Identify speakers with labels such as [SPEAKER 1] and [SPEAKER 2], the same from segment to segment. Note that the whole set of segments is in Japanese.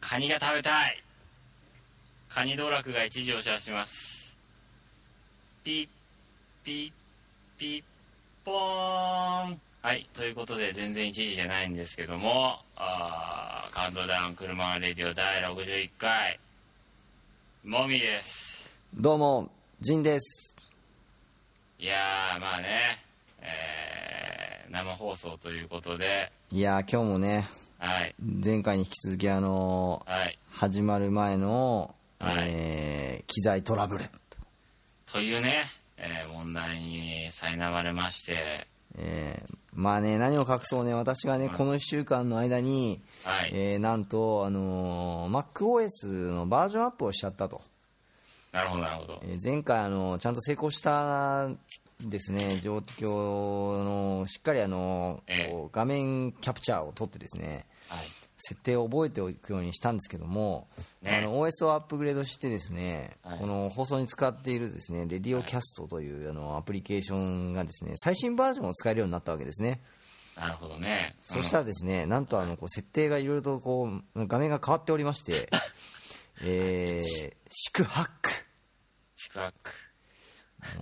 [SPEAKER 1] カニが食べたいカニ道楽が一時お知らせしますピッピッピッポーンはいということで全然一時じゃないんですけどもあーカウントダウン車マンレディオ第61回もみです
[SPEAKER 2] どうも、ジンです。
[SPEAKER 1] いやーまあねえー生放送ということで
[SPEAKER 2] いやー、今日もね、
[SPEAKER 1] はい
[SPEAKER 2] 前回に引き続きあの
[SPEAKER 1] はい
[SPEAKER 2] ー始まる前の、
[SPEAKER 1] はい
[SPEAKER 2] えー機材トラブル。
[SPEAKER 1] というね、えー問題に苛まれまして
[SPEAKER 2] えーまあね、何を隠そうね、私がね、この1週間の間に、
[SPEAKER 1] はい、
[SPEAKER 2] えーなんと、あのー MacOS のバージョンアップをしちゃったと。
[SPEAKER 1] なるほどなるほど
[SPEAKER 2] えー前回、あのーちゃんと成功したですね、状況の、しっかりあのー
[SPEAKER 1] ええ
[SPEAKER 2] こう画面キャプチャーを取ってですね、
[SPEAKER 1] はい
[SPEAKER 2] 設定を覚えておくようにしたんですけども、
[SPEAKER 1] ね
[SPEAKER 2] あの OS をアップグレードしてですね、
[SPEAKER 1] はい
[SPEAKER 2] この放送に使っているですね、レディオキャストという、あのアプリケーションがですね、最新バージョンを使えるようになったわけですね。
[SPEAKER 1] なるほどね。
[SPEAKER 2] そした
[SPEAKER 1] ら、
[SPEAKER 2] らですね、なんとあのこう設定がいろいろとこう画面が変わっており まして、えー、四苦八
[SPEAKER 1] 宿泊。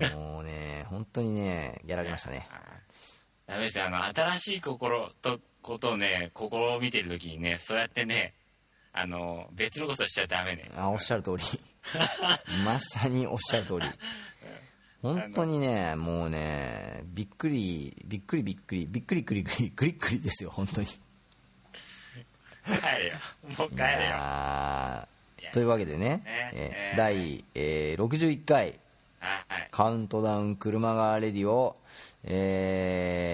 [SPEAKER 2] 苦。もうね、本当にね、やられましたね。
[SPEAKER 1] ダメですよ。あの、新しい心と、ことをね、心を見てるときにね、そうやってね、あの、別のことしちゃダメね。
[SPEAKER 2] あおっしゃる通りまさにおっしゃる通り本当にねもうねびっくりびっくりびっくりびっくりくりくりくりくりですよ本当に
[SPEAKER 1] 帰れ よ。もう帰れよ。
[SPEAKER 2] あーというわけでね
[SPEAKER 1] ね
[SPEAKER 2] え
[SPEAKER 1] ね
[SPEAKER 2] ー第、えー61回
[SPEAKER 1] はい。
[SPEAKER 2] カウントダウン車側レディを、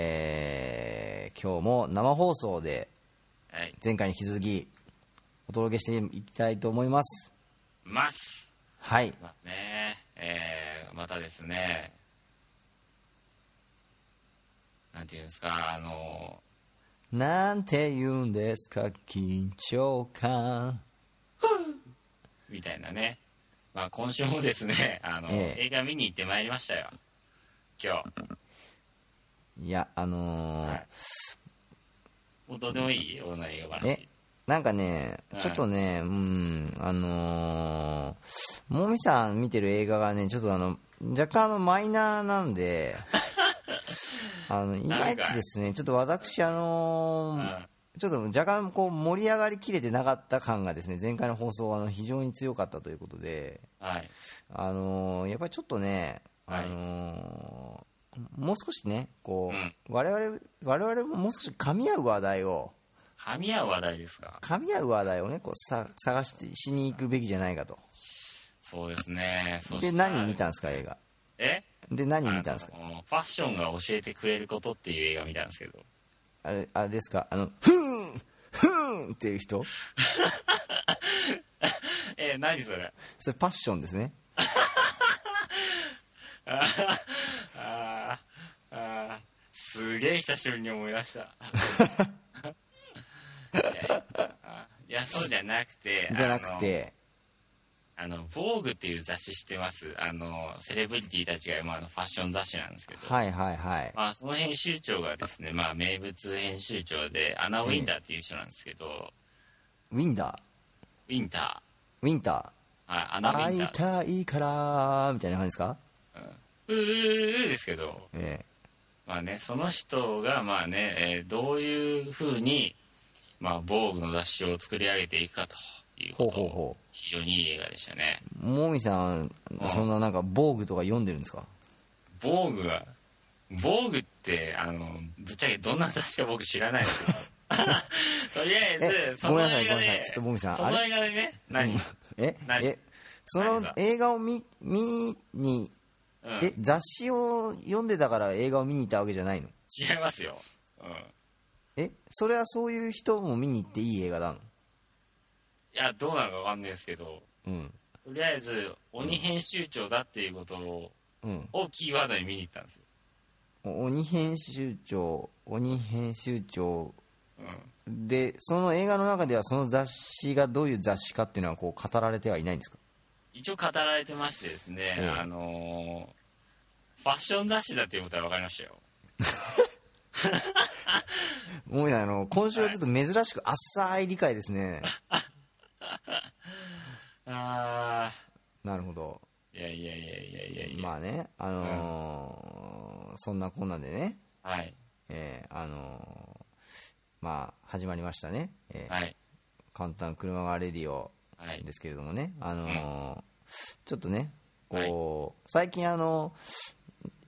[SPEAKER 2] えー今日も生放送で
[SPEAKER 1] はい。
[SPEAKER 2] 前回に引き続きお届けしていきたいと思います
[SPEAKER 1] ます。
[SPEAKER 2] はい
[SPEAKER 1] まあね、えー、またですね、なんていうんですか、あの、
[SPEAKER 2] なんて言うんですか緊張感
[SPEAKER 1] みたいなね。まあ今週もですね、あの、
[SPEAKER 2] ええ
[SPEAKER 1] 映画見に行ってまいりましたよ。今日。
[SPEAKER 2] いやあのー
[SPEAKER 1] はいもうどうでもいい俺の映画
[SPEAKER 2] え
[SPEAKER 1] 話。
[SPEAKER 2] なんかね
[SPEAKER 1] はい
[SPEAKER 2] ちょっとねうんあのー、もみさん見てる映画がねちょっとあの若干あのマイナーな んであのいまいちですねちょっと私あの
[SPEAKER 1] う
[SPEAKER 2] ー
[SPEAKER 1] ん
[SPEAKER 2] ちょっと若干こう盛り上がりきれてなかった感がですね前回の放送はあの非常に強かったということで
[SPEAKER 1] はい。
[SPEAKER 2] あのーやっぱりちょっとね、
[SPEAKER 1] はい
[SPEAKER 2] あのーもう少しねこ
[SPEAKER 1] う
[SPEAKER 2] う、
[SPEAKER 1] ん
[SPEAKER 2] 我々我々ももう少し噛み合う話題を
[SPEAKER 1] 噛み合う話題ですか
[SPEAKER 2] 噛み合う話題をねこうさ探してしに行くべきじゃないかと
[SPEAKER 1] そうですね。そ
[SPEAKER 2] で
[SPEAKER 1] したら
[SPEAKER 2] 何見たんですか映画
[SPEAKER 1] え
[SPEAKER 2] で何見たんですか
[SPEAKER 1] あのファッションが教えてくれることっていう映画見たんですけど。
[SPEAKER 2] あれあれですかあの「ふーんふーん」っていう人
[SPEAKER 1] え、何それ
[SPEAKER 2] それパッションですね
[SPEAKER 1] あーあー、すげえ久しぶりに思い出 した。いやあいや、そうじゃなくて。
[SPEAKER 2] じゃなくて
[SPEAKER 1] あの。あの、防具っていう雑誌知ってます。あの、セレブリティたちが、まああの、ファッション雑誌なんですけど。
[SPEAKER 2] はいはいはい
[SPEAKER 1] まあ、その編集長がですね、まあ、名物編集長で、アナ・ウィンターっていう人なんですけど、
[SPEAKER 2] ウィンダ
[SPEAKER 1] ウィンタ
[SPEAKER 2] ーウィンタ
[SPEAKER 1] ー、あア
[SPEAKER 2] ー
[SPEAKER 1] ナ・ウィ
[SPEAKER 2] 会
[SPEAKER 1] ン
[SPEAKER 2] い
[SPEAKER 1] ター、
[SPEAKER 2] たいからみたいな感じですか
[SPEAKER 1] うーうーうーですけど、
[SPEAKER 2] え
[SPEAKER 1] まあね、その人が、まあね、えーどういうふうに、まあ、防具の雑誌を作り上げていくかとい
[SPEAKER 2] え
[SPEAKER 1] う
[SPEAKER 2] ほ
[SPEAKER 1] こ
[SPEAKER 2] う
[SPEAKER 1] と
[SPEAKER 2] ほうほう
[SPEAKER 1] 非常にいい映画でしたね。
[SPEAKER 2] もみさん
[SPEAKER 1] ん
[SPEAKER 2] そんななんか防具とか読んでるんですか
[SPEAKER 1] 防具は、防具って、あの、ぶっちゃけどんな雑誌か僕知らない ですけど。とりあえ
[SPEAKER 2] え
[SPEAKER 1] ず、その
[SPEAKER 2] ごめんなさい
[SPEAKER 1] 映画
[SPEAKER 2] ごめんなさ
[SPEAKER 1] で
[SPEAKER 2] い、ちょっとボミさん
[SPEAKER 1] その
[SPEAKER 2] あ
[SPEAKER 1] 映画でね、何
[SPEAKER 2] え
[SPEAKER 1] 何
[SPEAKER 2] えそ
[SPEAKER 1] 何
[SPEAKER 2] の
[SPEAKER 1] が
[SPEAKER 2] 映画を見見に
[SPEAKER 1] うん
[SPEAKER 2] え雑誌を読んでたから映画を見に行ったわけじゃないの
[SPEAKER 1] 違いますよ。うん。
[SPEAKER 2] えそれはそういう人も見に行っていい映画なの
[SPEAKER 1] いや、どうなのかわかんないですけど、
[SPEAKER 2] うん
[SPEAKER 1] とりあえず、鬼編集長だっていうことを、
[SPEAKER 2] うん
[SPEAKER 1] をキーワードに見に行ったんですよ。
[SPEAKER 2] お鬼編集長鬼編集長
[SPEAKER 1] うん。
[SPEAKER 2] でその映画の中ではその雑誌がどういう雑誌かっていうのはこう語られてはいないんですか
[SPEAKER 1] 一応語られてましてですね、
[SPEAKER 2] ええ
[SPEAKER 1] あのーファッション雑誌だっていうことは分かりましたよ。
[SPEAKER 2] もうねあの今週はちょっと珍しく浅い理解ですね
[SPEAKER 1] あ
[SPEAKER 2] なるほど。
[SPEAKER 1] ーいやいやいやいやいやいや、
[SPEAKER 2] まあね、あのーそんなこんなんでね、
[SPEAKER 1] はい
[SPEAKER 2] えーあのーまあ、始まりましたね。えー
[SPEAKER 1] はい
[SPEAKER 2] 簡単車がレディオ
[SPEAKER 1] はい
[SPEAKER 2] ですけれどもね、あのーちょっとね、こう、最近あの、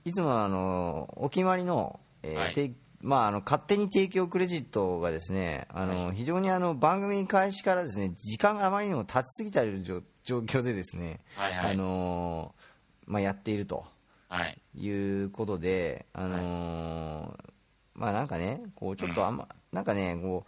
[SPEAKER 2] いつもあの、お決まりの、えー
[SPEAKER 1] はい
[SPEAKER 2] てまあ、あの勝手に提供クレジットがですね、あの非常にあの番組開始からですね時間があまりにも経ちすぎたる状状況でですね、
[SPEAKER 1] はいはい
[SPEAKER 2] あのーまあ、やっていると
[SPEAKER 1] はい
[SPEAKER 2] いうことで、あのーまあなんかね、こうちょっとあんま、なんかね、こう、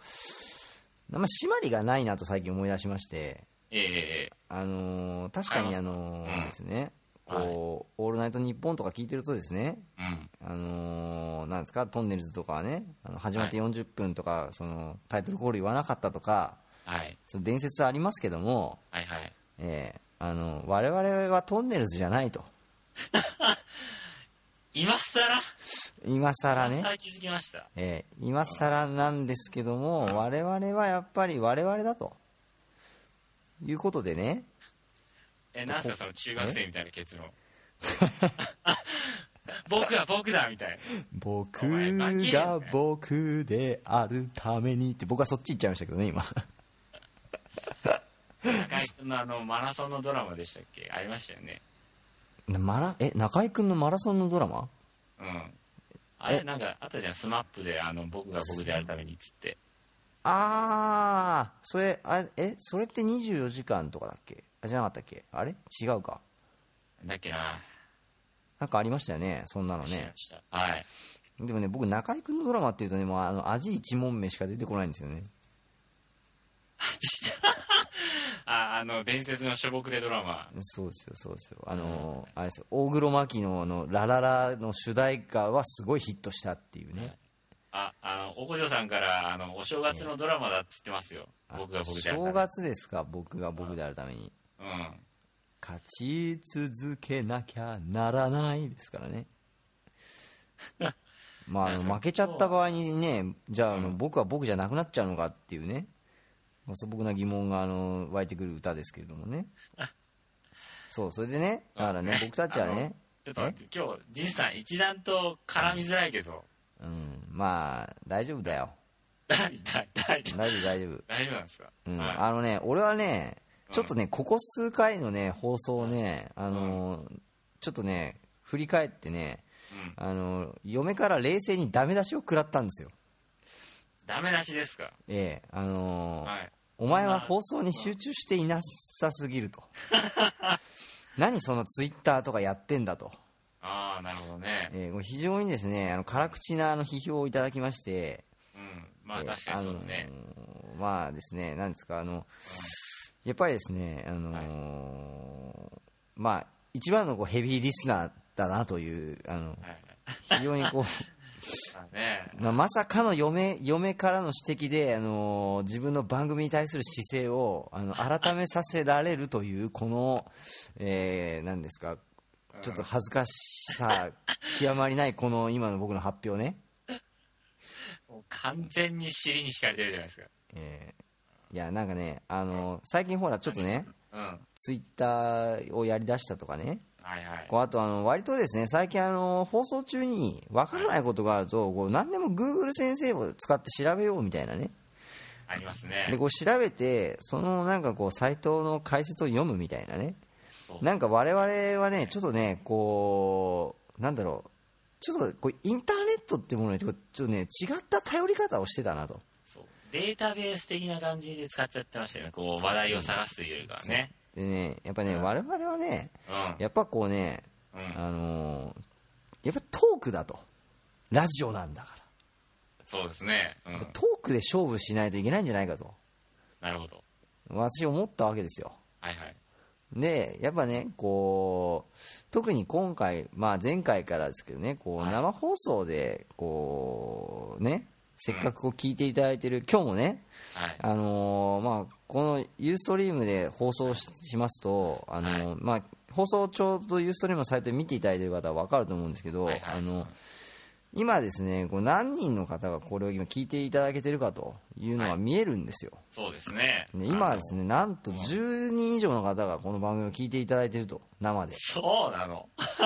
[SPEAKER 2] あんま締まりがないなと最近思い出しまして、
[SPEAKER 1] ええ
[SPEAKER 2] あのー確かに
[SPEAKER 1] あ
[SPEAKER 2] あのー
[SPEAKER 1] うん
[SPEAKER 2] ですね、こう、
[SPEAKER 1] はい
[SPEAKER 2] オールナイトニッポンとか聞いてるとですね、
[SPEAKER 1] ええうん
[SPEAKER 2] あのーなんですか、トンネルズとかはね、あの始まって40分とか、そのタイトルコール言わなかったとか、
[SPEAKER 1] はい
[SPEAKER 2] その伝説はありますけども、
[SPEAKER 1] はいはい
[SPEAKER 2] えーあの我々はトンネルズじゃないと。
[SPEAKER 1] 今更
[SPEAKER 2] 今更
[SPEAKER 1] 今
[SPEAKER 2] ね。
[SPEAKER 1] 更気づきました
[SPEAKER 2] えー今更なんですけども、我々はやっぱり我々だと。いうことでね、
[SPEAKER 1] えなんすかその中学生みたいな結論 僕は僕だみたい
[SPEAKER 2] 僕
[SPEAKER 1] お前負ける
[SPEAKER 2] が
[SPEAKER 1] ね
[SPEAKER 2] 僕であるためにって、僕はそっち行っちゃいましたけどね、今。
[SPEAKER 1] な中居君のあのマラソンのドラマでしたっけありましたよね
[SPEAKER 2] マラ、え、中居君のマラソンのドラマ
[SPEAKER 1] うんあれなんかあったじゃんスマップであの僕が僕であるためにっつって
[SPEAKER 2] あー、それ、あれ、え、それって24時間とかだっけあ、じゃなかったっけあれ違うか。
[SPEAKER 1] だっけな
[SPEAKER 2] なんかありましたよね、そんなの
[SPEAKER 1] 知りま
[SPEAKER 2] ね。
[SPEAKER 1] したはい
[SPEAKER 2] でもね、僕、中居君のドラマっていうとね、もうあの、味一問目しか出てこないんですよね。
[SPEAKER 1] ああの伝説の書木でドラマ
[SPEAKER 2] そうですよ、そうですよ。あのーあれですよ、大黒摩季のあの、ラララの主題歌はすごいヒットしたっていうね。
[SPEAKER 1] ああのおこじょさんからあのお正月のドラマだっつってますよ僕が僕であるために
[SPEAKER 2] 正月ですか、僕が僕であるために。
[SPEAKER 1] うん
[SPEAKER 2] 勝ち続けなきゃならないですか らねまああの負けちゃった場合にねじゃああの、僕は僕じゃなくなっちゃうのかっていうね、まあ素朴な疑問があの湧いてくる歌ですけれども ねそうそれでねだからね僕たちはね
[SPEAKER 1] ちょっと待って今日じいさん一段と絡みづらいけど
[SPEAKER 2] うんまあ大丈夫だよ
[SPEAKER 1] 大大大丈夫
[SPEAKER 2] 大丈夫大丈夫
[SPEAKER 1] 大丈夫なんですか、
[SPEAKER 2] うん、
[SPEAKER 1] はい
[SPEAKER 2] あのね、俺はね、ちょっとね、ここ数回のね、放送をね、あのーちょっとね、振り返ってね、あのー嫁から冷静にダメ出しを食らったんですよ。
[SPEAKER 1] ダメ出しですか
[SPEAKER 2] ええあのー
[SPEAKER 1] はい
[SPEAKER 2] お前は放送に集中していなさすぎ ると。何そのツイッターとかやってんだと。
[SPEAKER 1] ああなるほどね
[SPEAKER 2] ええこれ非常にですね、あの、辛口なあの批評をいただきまして、
[SPEAKER 1] うんまあ確かにそうだね、
[SPEAKER 2] あのーまあですね、なんですか、あの、やっぱりですね、あのーまあ、一番のこうヘビーリスナーだなという、あの、
[SPEAKER 1] はい
[SPEAKER 2] 非常にこ
[SPEAKER 1] まあね
[SPEAKER 2] う、まあまさかの嫁、嫁からの指摘で、あのー自分の番組に対する姿勢を、あの、改めさせられるという、この、えー、なんですか、ちょっと恥ずかしさ、極まりない、この今の僕の発表ね。
[SPEAKER 1] もう完全に尻に敷かれてるじゃないですか
[SPEAKER 2] えーいや、なんかね、あのー最近ほら、ちょっとね、
[SPEAKER 1] うんは
[SPEAKER 2] ツイッターをやりだしたとかね、
[SPEAKER 1] いはい
[SPEAKER 2] こうあとあの割とですね最近あの放送中に分からないことがあるとこう何でも Google 先生を使って調べようみたいなね
[SPEAKER 1] ありますね
[SPEAKER 2] でこう調べてそのなんかこうサイトの解説を読むみたいなねなんか我々はねちょっとねこうなんだろうちょっとこうインターネットってものにちょっとね違った頼り方をしてたなと
[SPEAKER 1] そうデータベース的な感じで使っちゃってましたよねこう話題を探すというよりかはね
[SPEAKER 2] でねやっぱね我々はね
[SPEAKER 1] うん
[SPEAKER 2] やっぱこうね
[SPEAKER 1] うん
[SPEAKER 2] あのーやっぱトークだとラジオなんだから
[SPEAKER 1] そうですねうん
[SPEAKER 2] トークで勝負しないといけないんじゃないかと
[SPEAKER 1] なるほど
[SPEAKER 2] 私思ったわけですよ
[SPEAKER 1] はいはい
[SPEAKER 2] でやっぱねこう特に今回、まあ、前回からですけどねこう
[SPEAKER 1] はい
[SPEAKER 2] 生放送でこうねせっかくこう聞いていただいてる今日もね
[SPEAKER 1] はい
[SPEAKER 2] あのーまあ、このユーストリームで放送ししますと、あのーまあ、放送ちょうどユーストリームのサイトで見ていただいている方は分かると思うんですけど、
[SPEAKER 1] はいはい
[SPEAKER 2] あの今ですねこう何人の方がこれを今聞いていただけてるかというの
[SPEAKER 1] は
[SPEAKER 2] が
[SPEAKER 1] い
[SPEAKER 2] 見えるんですよ、
[SPEAKER 1] そうですね。
[SPEAKER 2] ね今は
[SPEAKER 1] あ
[SPEAKER 2] で
[SPEAKER 1] の
[SPEAKER 2] すねなんと10人以上の方がこの番組を聞いていただいてると生で
[SPEAKER 1] そうなの。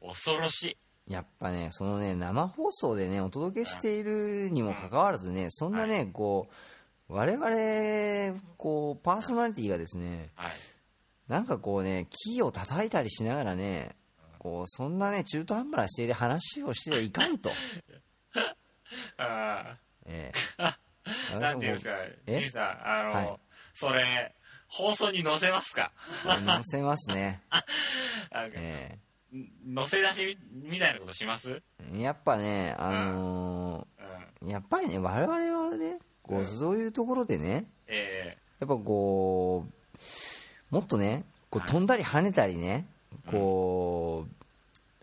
[SPEAKER 1] 恐ろしい。
[SPEAKER 2] やっぱねそのね生放送でねお届けしているにもかかわらずねそんなねこう我々こうパーソナリティがですね
[SPEAKER 1] はい。
[SPEAKER 2] なんかこうねキーを叩いたりしながらねこうそんなね中途半端な姿勢で話をしてはいかんと、
[SPEAKER 1] あ
[SPEAKER 2] ええ
[SPEAKER 1] ー なんていうんですか、
[SPEAKER 2] え
[SPEAKER 1] じいさん、あの、
[SPEAKER 2] はい
[SPEAKER 1] それ、放送に載せますか
[SPEAKER 2] 載せますね、
[SPEAKER 1] あ
[SPEAKER 2] ええ
[SPEAKER 1] 載せ出しみみたいなことします
[SPEAKER 2] やっぱね、あの
[SPEAKER 1] うん。
[SPEAKER 2] ーやっぱりね、我々はね、こう、そういうところでね、
[SPEAKER 1] え
[SPEAKER 2] やっぱこう、もっとね、こ
[SPEAKER 1] は
[SPEAKER 2] う
[SPEAKER 1] い
[SPEAKER 2] 飛んだり跳ねたりね、こう、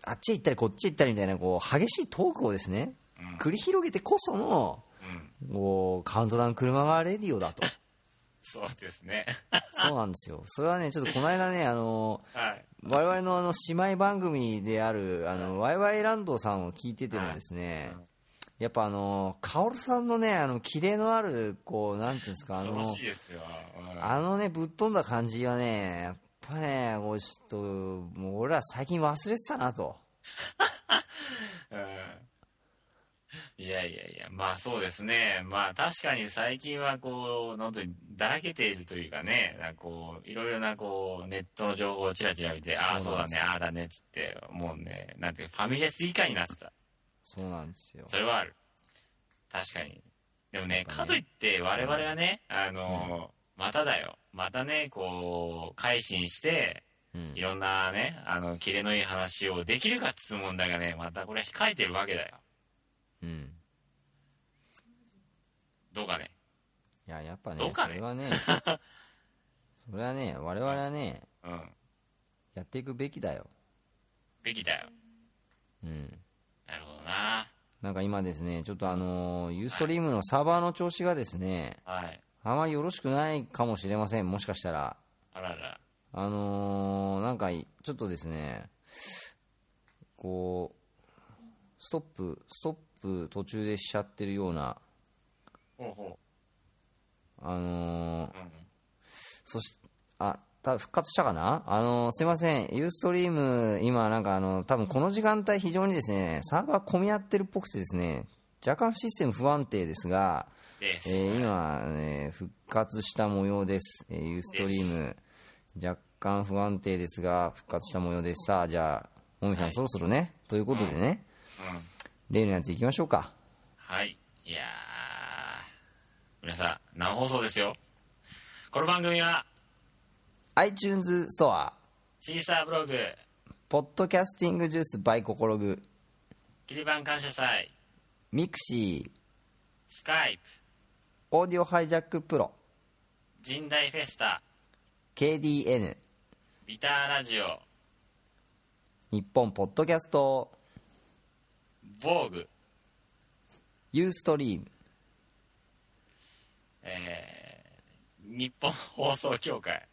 [SPEAKER 2] あっちへ行ったりこっちへ行ったりみたいな、こう、激しいトークをですね、
[SPEAKER 1] うん
[SPEAKER 2] 繰り広げてこその、
[SPEAKER 1] えうん。
[SPEAKER 2] こう、カウントダウン車がレディオだと。
[SPEAKER 1] そうですね。
[SPEAKER 2] そうなんですよ。それはね、ちょっとこの間ね、あのー
[SPEAKER 1] はい。
[SPEAKER 2] 我々のあの姉妹番組であるあのワイワイランドさんを聞いててもですねやっぱあのカオルさんのねあのキレのあるこうなんていうんですかあ
[SPEAKER 1] 恐
[SPEAKER 2] の
[SPEAKER 1] ろしいですよ。うん
[SPEAKER 2] あのねぶっ飛んだ感じはねやっぱねこうちょっともう俺ら最近忘れてたなと
[SPEAKER 1] うんいやいやいや、まあそうですね。まあ確かに最近はこう、本当にだらけているというかね、なんかこう、いろいろなこう、ネットの情報をちらちら見て、ああ、
[SPEAKER 2] そ
[SPEAKER 1] そうう
[SPEAKER 2] なん
[SPEAKER 1] だ
[SPEAKER 2] です
[SPEAKER 1] ね、ああだねっつって、もうね、なんていうかファミレス以下になってた。
[SPEAKER 2] そうなんですよ
[SPEAKER 1] それはある。確かに。でもね、かといって我々はね、あの、まただよ。またね、こう、改心して、
[SPEAKER 2] うん
[SPEAKER 1] いろんなね、あの、キレのいい話をできるかっつう問題がね、またこれは控えてるわけだよ。
[SPEAKER 2] うん
[SPEAKER 1] どうかね。
[SPEAKER 2] いややっぱ
[SPEAKER 1] ど
[SPEAKER 2] ね
[SPEAKER 1] うか
[SPEAKER 2] そ
[SPEAKER 1] ね
[SPEAKER 2] れはねそれはね我々はね
[SPEAKER 1] うん。
[SPEAKER 2] やっていくべきだよ
[SPEAKER 1] べきだよ。
[SPEAKER 2] うん
[SPEAKER 1] なるほどな。
[SPEAKER 2] なんか今ですねちょっとあのユーストリームのサーバーの調子がですね
[SPEAKER 1] はい。
[SPEAKER 2] あまりよろしくないかもしれません、もしかしたら。
[SPEAKER 1] あらら。
[SPEAKER 2] あのーなんかい、ちょっとですね、こう、ストップ、ストップ途中でしちゃってるような、
[SPEAKER 1] ほうほ
[SPEAKER 2] あのー
[SPEAKER 1] う。うん。
[SPEAKER 2] そし、あ、た復活したかなあのーすいません、ユーストリーム、今なんかあの、多分この時間帯非常にですね、サーバー混み合ってるっぽくてですね、若干システム不安定ですが、
[SPEAKER 1] です。
[SPEAKER 2] えー今、ね、復活した模様です、えー、ユーストリーム若干不安定ですが復活した模様ですさあじゃあもみさん、そろそろねということでね、
[SPEAKER 1] うん。
[SPEAKER 2] 例のやついきましょうか
[SPEAKER 1] はい。いやー。皆さん、生放送ですよ。この番組は、
[SPEAKER 2] iTunes ストア
[SPEAKER 1] シーサーブログ、
[SPEAKER 2] ポッドキャスティングジュースバイココログ
[SPEAKER 1] キリバン感謝祭、
[SPEAKER 2] ミクシー
[SPEAKER 1] スカイプ、
[SPEAKER 2] オーディオハイジャックプロ
[SPEAKER 1] 神代フェスタ、
[SPEAKER 2] KDN
[SPEAKER 1] ビターラジオ、
[SPEAKER 2] 日本ポッドキャスト
[SPEAKER 1] 防具、
[SPEAKER 2] ユーストリーム
[SPEAKER 1] えー、日本放送協会。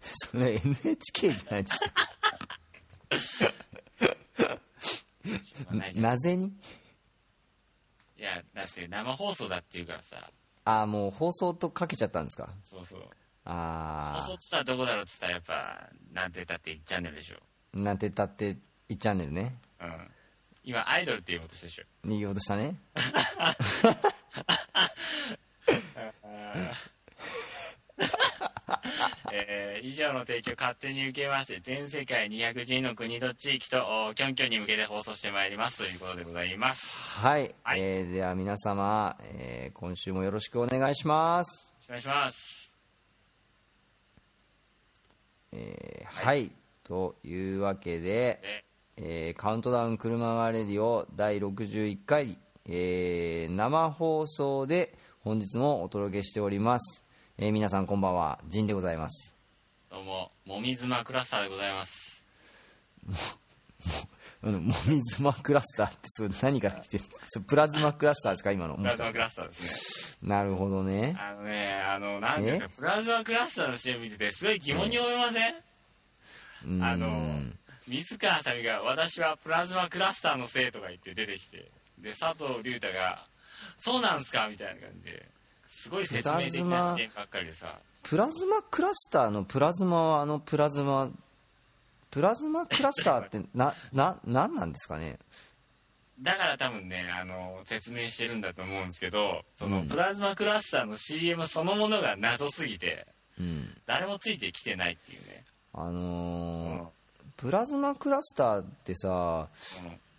[SPEAKER 2] それ NHK じゃないです か
[SPEAKER 1] ないじゃん
[SPEAKER 2] なぜに
[SPEAKER 1] いや、だって生放送だっていうからさ、
[SPEAKER 2] ああもう放送とかけちゃったんですか
[SPEAKER 1] そうそう。
[SPEAKER 2] あ
[SPEAKER 1] 放
[SPEAKER 2] あ
[SPEAKER 1] 送っつったらどこだろうっつったらやっぱ、なんて言ったって1チャンネルでしょ。
[SPEAKER 2] なんてたって1チャンネルね
[SPEAKER 1] うん。今、アイドルって言おうとしたで しょ。
[SPEAKER 2] 言い落としたね
[SPEAKER 1] えー以上の提供勝手に受けまして、全世界212の国と地域と、おキョンキョンに向けて放送してまいりますということでございます。
[SPEAKER 2] はい、
[SPEAKER 1] はい
[SPEAKER 2] えーでは皆様、えー今週もよろしくお願いします
[SPEAKER 1] お願いします。
[SPEAKER 2] えーはい、というわけで、
[SPEAKER 1] で、
[SPEAKER 2] えーカウントダウン車がレディオ第61回、えー生放送で本日もお届けしております、えー皆さんこんばんはジンでございます
[SPEAKER 1] どうも、もみずまクラスターでございます。
[SPEAKER 2] うん、もみずまクラスターってそれ何から来てるんですかそれプラズマクラスターですか今の
[SPEAKER 1] プラズマクラスターですね。
[SPEAKER 2] なるほどね
[SPEAKER 1] あのね、あの、なんていうんですか、プラズマクラスターの CM 見てて、すごい疑問に思いません、
[SPEAKER 2] うん
[SPEAKER 1] あの、水川あさみが「私はプラズマクラスターのせい」とか言って出てきてで佐藤隆太が「そうなんすか」みたいな感じですごい説明的な視点ばっかりでさ
[SPEAKER 2] プラズマクラスターのプラズマはあのプラズマプラズマクラスターってなな何なんですかね
[SPEAKER 1] だから多分ねあの説明してるんだと思うんですけどその
[SPEAKER 2] うん
[SPEAKER 1] プラズマクラスターの CM そのものが謎すぎて
[SPEAKER 2] うん
[SPEAKER 1] 誰もついてきてないっていうね
[SPEAKER 2] あのー
[SPEAKER 1] うん
[SPEAKER 2] プラズマクラスターってさ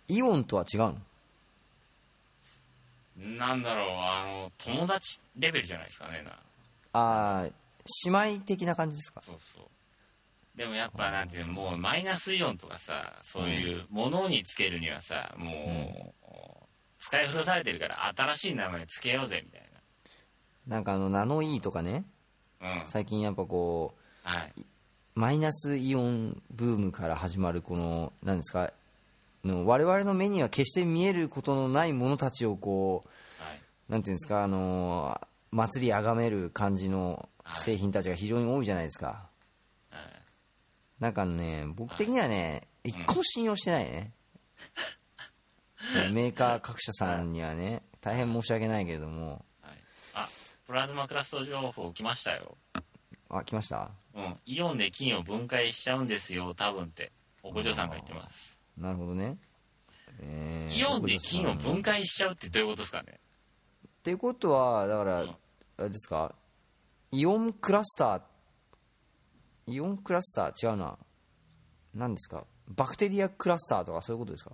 [SPEAKER 2] イオンとは違うの
[SPEAKER 1] うんなんだろうあの友達レベルじゃないですかねな
[SPEAKER 2] ああ姉妹的な感じですか
[SPEAKER 1] そうそうでもやっぱなんていうのもうマイナスイオンとかさそういうものにつけるにはさもう、使い古されてるから新しい名前つけようぜみたい
[SPEAKER 2] なんかあのナノイーとかね
[SPEAKER 1] なうん
[SPEAKER 2] 最近やっぱこ
[SPEAKER 1] はい、
[SPEAKER 2] うマイナスイオンブームから始まるこの何ですかの我々の目には決して見えることのないものたちをこ
[SPEAKER 1] はい、
[SPEAKER 2] うなんていうんですかあのー祭りあがめる感じの
[SPEAKER 1] はい
[SPEAKER 2] 製品たちが非常に多いじゃないですか
[SPEAKER 1] はい
[SPEAKER 2] なんかね僕的にはね一個も信用してないね、メーカー各社さんにはね大変申し訳ないけれども
[SPEAKER 1] はい、あプラズマクラスト情報来ましたよ、
[SPEAKER 2] あ来ました
[SPEAKER 1] うん、イオンで金を分解しちゃうんですよ多分っておこじょさんが言ってます
[SPEAKER 2] なるほどね、えー
[SPEAKER 1] イオンで金を
[SPEAKER 2] 僕たちさん
[SPEAKER 1] 分解しちゃうってどういうことですかね
[SPEAKER 2] ってことはだから、
[SPEAKER 1] うん
[SPEAKER 2] あれですかイオンクラスターイオンクラスター違うな何ですかバクテリアクラスターとかそういうことですか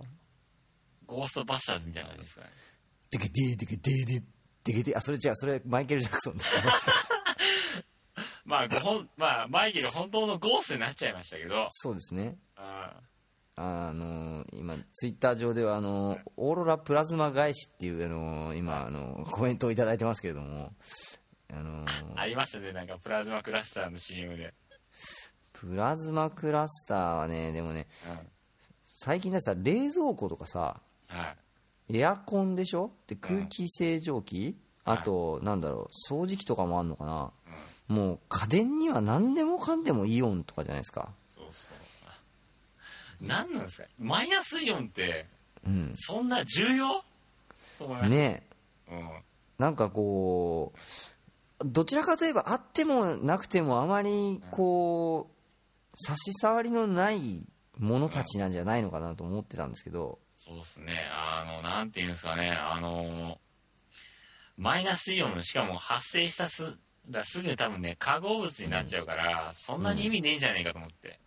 [SPEAKER 1] ゴーストバスターズみたいな感じですかね
[SPEAKER 2] デケデーデケデーデーデケデーあそれ違うそれマイケル・ジャクソンだ
[SPEAKER 1] まあご本まあマイケル本当のゴーストになっちゃいましたけど
[SPEAKER 2] そうですね
[SPEAKER 1] あ
[SPEAKER 2] あの今ツイッター上ではあのオーロラプラズマ返しっていうあの今あのコメントをいただいてますけれどもあの
[SPEAKER 1] ーありましたねなんかプラズマクラスターの CM で、
[SPEAKER 2] プラズマクラスターはねでもね
[SPEAKER 1] うん
[SPEAKER 2] 最近だってさ冷蔵庫とかさ
[SPEAKER 1] はい
[SPEAKER 2] エアコンでしょで空気清浄機、あと、なんだろう掃除機とかもあんのかな、もう家電には何でもかんでもイオンとかじゃないですか
[SPEAKER 1] そうそうあ何なんですかマイナスイオンって
[SPEAKER 2] うん
[SPEAKER 1] そんな重要と思いました、
[SPEAKER 2] ねえ
[SPEAKER 1] うん
[SPEAKER 2] なんかこうどちらかといえばあってもなくてもあまりこう差し障りのないものたちなんじゃないのかなと思ってたんですけど
[SPEAKER 1] そうですね。あの、なんていうんですかね。あの、マイナスイオン、しかも発生したすらすぐ多分ね、化合物になっちゃうから、そんなに意味ねえんじゃねえかと思って。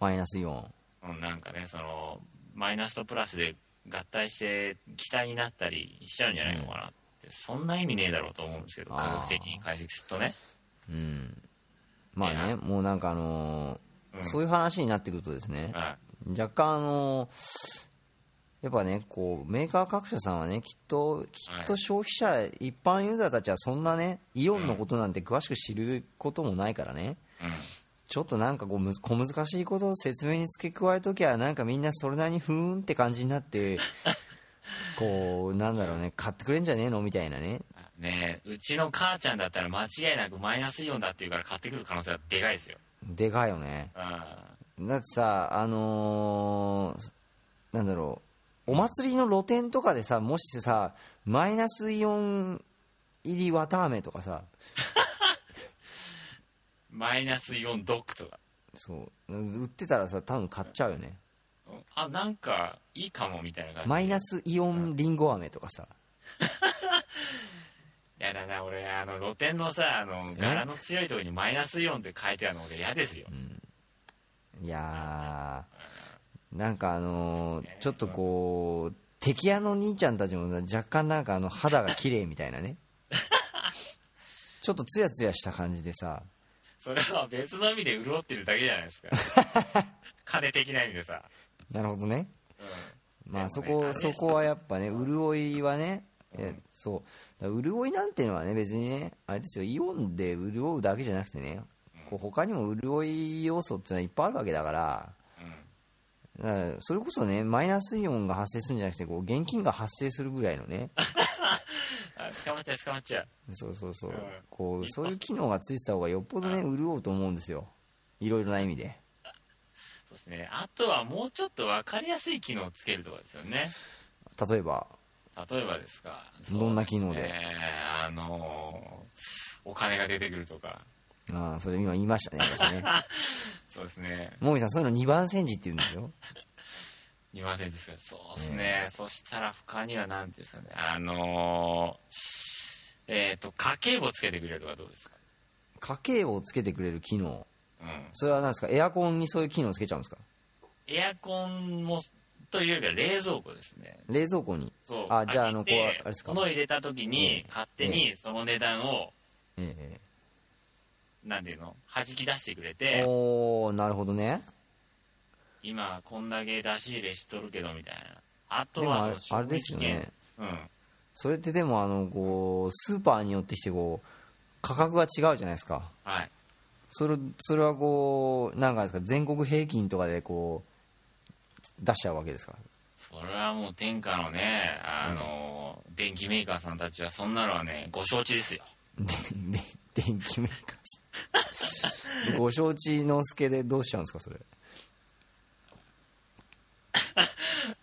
[SPEAKER 2] マイナスイオン
[SPEAKER 1] うん、なんかね、その、マイナスとプラスで合体して気体になったりしちゃうんじゃないのかなって、そんな意味ねえだろうと思うんですけど、
[SPEAKER 2] あー
[SPEAKER 1] 科学的に解析すると ね。
[SPEAKER 2] うんまあねもうなんかあのーそういう話になってくるとですね
[SPEAKER 1] は
[SPEAKER 2] 若干あのーやっぱねこうメーカー各社さんはねきっときっと消費者一般ユーザーたちはそんなねイオンのことなんて詳しく知ることもないからね、
[SPEAKER 1] い。うん。
[SPEAKER 2] ちょっとなんかこうむ小難しいことを説明に付け加えときゃなんかみんなそれなりにふーんって感じになって こうなんだろうね買ってくれんじゃねえのみたいなね
[SPEAKER 1] ねえうちの母ちゃんだったら間違いなくマイナスイオンだっていうから買ってくる可能性はでかいですよ。
[SPEAKER 2] でかいよね
[SPEAKER 1] うん。
[SPEAKER 2] だってさあのーなんだろうお祭りの露店とかでさもしさマイナスイオン入り綿あめとかさ
[SPEAKER 1] マイナスイオンドックとか。
[SPEAKER 2] そう売ってたらさ多分買っちゃうよね
[SPEAKER 1] あなんかいいかもみたいな感じ
[SPEAKER 2] マイナスイオンりんご飴とかさ
[SPEAKER 1] やだな俺あの露店のさあの柄の強いとこにマイナスイオンって書いてあるの俺嫌ですよ、
[SPEAKER 2] いやーなんかあのーちょっとこう敵屋の兄ちゃんたちも若干なんかあの肌が綺麗みたいなねちょっとツヤツヤした感じでさ
[SPEAKER 1] それは別の意味で潤ってるだけじゃないですか 金的な意味でさ、
[SPEAKER 2] なるほどねまあ
[SPEAKER 1] で
[SPEAKER 2] そ
[SPEAKER 1] もねあ
[SPEAKER 2] こ
[SPEAKER 1] れ
[SPEAKER 2] そこはやっぱね潤いはねえそうだから潤いなんていうのはね別にねあれですよイオンで潤うだけじゃなくてねこう他にも潤い要素ってのはいっぱいあるわけだから
[SPEAKER 1] うん
[SPEAKER 2] だからそれこそねマイナスイオンが発生するんじゃなくてこう現金が発生するぐらいのね
[SPEAKER 1] あ捕まっちゃう捕まっちゃう
[SPEAKER 2] そうそうそう
[SPEAKER 1] うん
[SPEAKER 2] こうそういう機能がついてた方がよっぽどね潤うと思うんですよいろいろな意味で
[SPEAKER 1] ですね。あとはもうちょっと分かりやすい機能をつけるとかですよね。
[SPEAKER 2] 例えば
[SPEAKER 1] 例えばですか。
[SPEAKER 2] どんな機能で
[SPEAKER 1] そうすねあのーお金が出てくるとか。
[SPEAKER 2] ああそれ今言いましたね 私ね
[SPEAKER 1] そうですね。
[SPEAKER 2] もみさんそういうの2番煎じって言うんですよ
[SPEAKER 1] 2万センチですけど、そうですね。そしたら他には何ていうんですかね。あのーえっ、と、家計簿つけてくれるとかどうですか
[SPEAKER 2] 家計簿をつけてくれる機能
[SPEAKER 1] うん。
[SPEAKER 2] それは何ですかエアコンにそういう機能つけちゃうんですか
[SPEAKER 1] エアコンも、というよりは冷蔵庫ですね。
[SPEAKER 2] 冷蔵庫に
[SPEAKER 1] そう。
[SPEAKER 2] あじゃああの
[SPEAKER 1] 開
[SPEAKER 2] こ
[SPEAKER 1] け
[SPEAKER 2] う
[SPEAKER 1] て
[SPEAKER 2] あれですか
[SPEAKER 1] 物を入れた時に、勝手
[SPEAKER 2] え
[SPEAKER 1] にその値段を、
[SPEAKER 2] え
[SPEAKER 1] なんていうの弾き出してくれ
[SPEAKER 2] え
[SPEAKER 1] て、
[SPEAKER 2] おおなるほどね
[SPEAKER 1] 今こんだけ出し入れしとるけどみたいな。あ
[SPEAKER 2] で
[SPEAKER 1] と
[SPEAKER 2] も
[SPEAKER 1] は
[SPEAKER 2] あれ
[SPEAKER 1] そ
[SPEAKER 2] あ
[SPEAKER 1] の
[SPEAKER 2] れですよ
[SPEAKER 1] 賞味期
[SPEAKER 2] ね
[SPEAKER 1] 限うん。
[SPEAKER 2] それってでもあのこうスーパーによってきてこう価格が違うじゃないですか
[SPEAKER 1] はい。
[SPEAKER 2] それそれはこうなんかあれですか全国平均とかでこう出しちゃうわけですか
[SPEAKER 1] それはもう天下のね、あの、電機メーカーさんたちはそんなのはね、ご承知ですよ。
[SPEAKER 2] でで電気メーカー さんご承知の助でどうしちゃうんですかそれ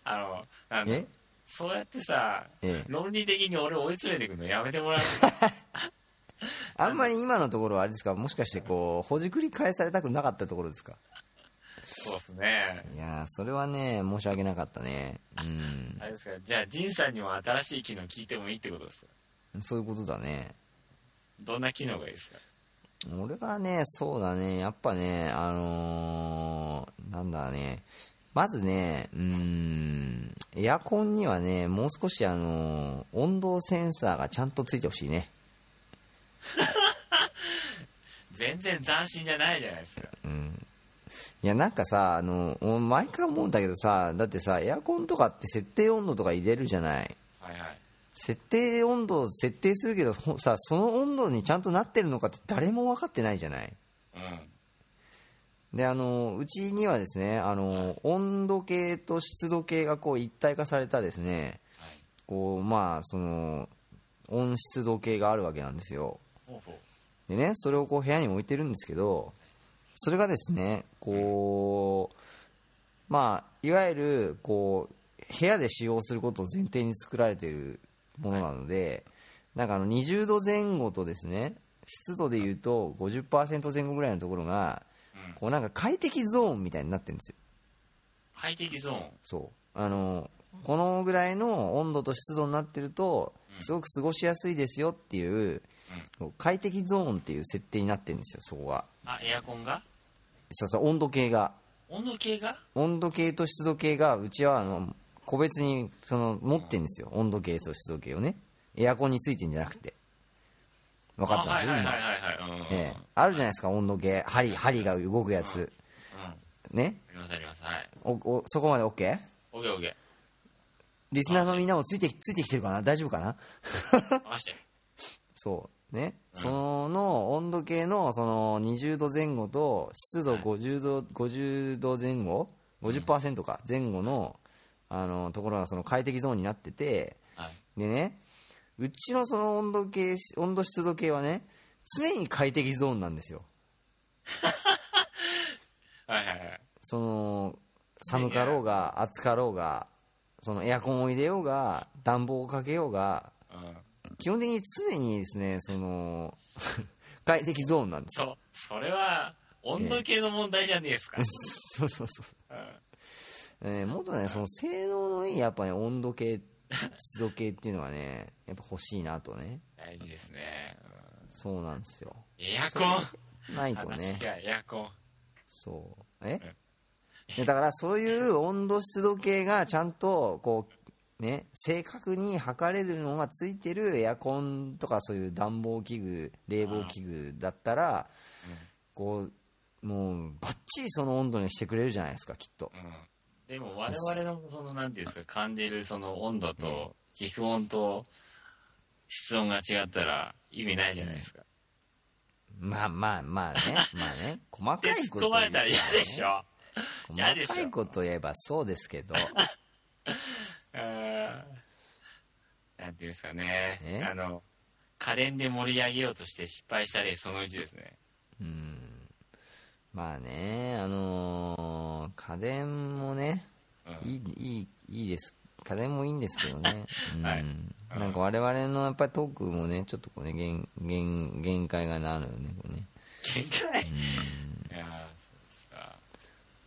[SPEAKER 1] あの、なんだ
[SPEAKER 2] え
[SPEAKER 1] そうやってさ、
[SPEAKER 2] ええ
[SPEAKER 1] 論理的に俺を追い詰めていくのやめてもらう
[SPEAKER 2] あんまり今のところはあれですかもしかしてこうほじくり返されたくなかったところですか
[SPEAKER 1] そうですね。
[SPEAKER 2] いやーそれはね申し訳なかったねうん
[SPEAKER 1] あれですか、じゃあ、仁さんにも新しい機能聞いてもいいってことですか
[SPEAKER 2] そういうことだね
[SPEAKER 1] どんな機能がいいですか
[SPEAKER 2] 俺はねそうだねやっぱねあのーなんだねまずねうーんエアコンにはねもう少しあのー温度センサーがちゃんとついてほしいね
[SPEAKER 1] 全然斬新じゃないじゃないですか。
[SPEAKER 2] いやなんかさあのお毎回思うんだけどさだってさエアコンとかって設定温度とか入れるじゃない
[SPEAKER 1] はいはい。
[SPEAKER 2] 設定温度を設定するけどほさその温度にちゃんとなってるのかって誰も分かってないじゃない
[SPEAKER 1] うん。
[SPEAKER 2] であのうちにはですねあの温度計と湿度計がこう一体化されたですね
[SPEAKER 1] はい。
[SPEAKER 2] こうまあその温湿度計があるわけなんですよ
[SPEAKER 1] ほうほう。
[SPEAKER 2] でねそれをこう部屋に置いてるんですけどそれがですねこうまあいわゆるこう部屋で使用することを前提に作られているものなので、なんかあの20度前後とですね湿度でいうと50%前後ぐらいのところが、
[SPEAKER 1] うん
[SPEAKER 2] こうなんか快適ゾーンみたいになってるんですよ
[SPEAKER 1] 快適ゾーン。
[SPEAKER 2] そうあのこのぐらいの温度と湿度になってるとすごく過ごしやすいですよっていうこう快適ゾーンっていう設定になってるんですよそこは
[SPEAKER 1] あ、エアコンが
[SPEAKER 2] そうそう温度計が
[SPEAKER 1] 温度計が
[SPEAKER 2] 温度計と湿度計がうちはあの個別にその持ってるんですよ温度計と湿度計をねエアコンについてんじゃなくて分かってます
[SPEAKER 1] あ
[SPEAKER 2] よ
[SPEAKER 1] はい
[SPEAKER 2] 今
[SPEAKER 1] はいはいはいはい。うん。
[SPEAKER 2] ええあるじゃないですか温度計針針が動くやつ
[SPEAKER 1] うん。あ
[SPEAKER 2] ね
[SPEAKER 1] りますあります。はい。
[SPEAKER 2] おおそこまで OK?
[SPEAKER 1] オッケーオッケ
[SPEAKER 2] リスナーのみんなもついてきついてきてるかな大丈夫かな
[SPEAKER 1] ー。回して。
[SPEAKER 2] そうね、その温度計のその20度前後と湿度50度,、50度前後50%か前後のあのところがその快適ゾーンになってて
[SPEAKER 1] はい。
[SPEAKER 2] でねうちのその温度計温度湿度計はね常に快適ゾーンなんですよ
[SPEAKER 1] はいはいはい。
[SPEAKER 2] その寒かろうが暑かろうがそのエアコンを入れようが暖房をかけようが
[SPEAKER 1] うん。
[SPEAKER 2] 基本的に常にですねその 快適ゾーンなんですよ
[SPEAKER 1] そう。それは、温度計の問題じゃねえですか。
[SPEAKER 2] そうそうそう。えー、もっとね、その性能のいい、やっぱね、温度計、湿度計っていうのはね、やっぱ欲しいなとね。
[SPEAKER 1] 大事ですね。
[SPEAKER 2] そうなんですよ。
[SPEAKER 1] うんエアコン
[SPEAKER 2] ないとね
[SPEAKER 1] 話、がエアコン。
[SPEAKER 2] そう。えでだから、そういう温度湿度計がちゃんと、こう、ね、正確に測れるのがついてるエアコンとかそういう暖房器具、冷房器具だったら、こう、もう、バッチリその温度にしてくれるじゃないですか、きっと。
[SPEAKER 1] うん。でも我々のその、なんていうんですか、感じるその温度と、皮膚温と、室温が違ったら意味ないじゃないですか。
[SPEAKER 2] まあまあ まあね、まあね、細か
[SPEAKER 1] で、
[SPEAKER 2] いこと
[SPEAKER 1] 突っ込まれ
[SPEAKER 2] 言え
[SPEAKER 1] た
[SPEAKER 2] ば
[SPEAKER 1] ら嫌でしょ。嫌でし
[SPEAKER 2] 細
[SPEAKER 1] ょ
[SPEAKER 2] かいこと言えばそうですけど、
[SPEAKER 1] うんなんていうんですかね
[SPEAKER 2] え。
[SPEAKER 1] あの、家電で盛り上げようとして失敗した例、そのうちですね。
[SPEAKER 2] まあね、あのあ家電もね、
[SPEAKER 1] うん
[SPEAKER 2] いいいいいいです家電もいいんですけど ね、うん
[SPEAKER 1] はい
[SPEAKER 2] なんか我々のやっぱりトークもねちょっとこうね限限限界がなるよねこれね
[SPEAKER 1] 限界いやーそうですか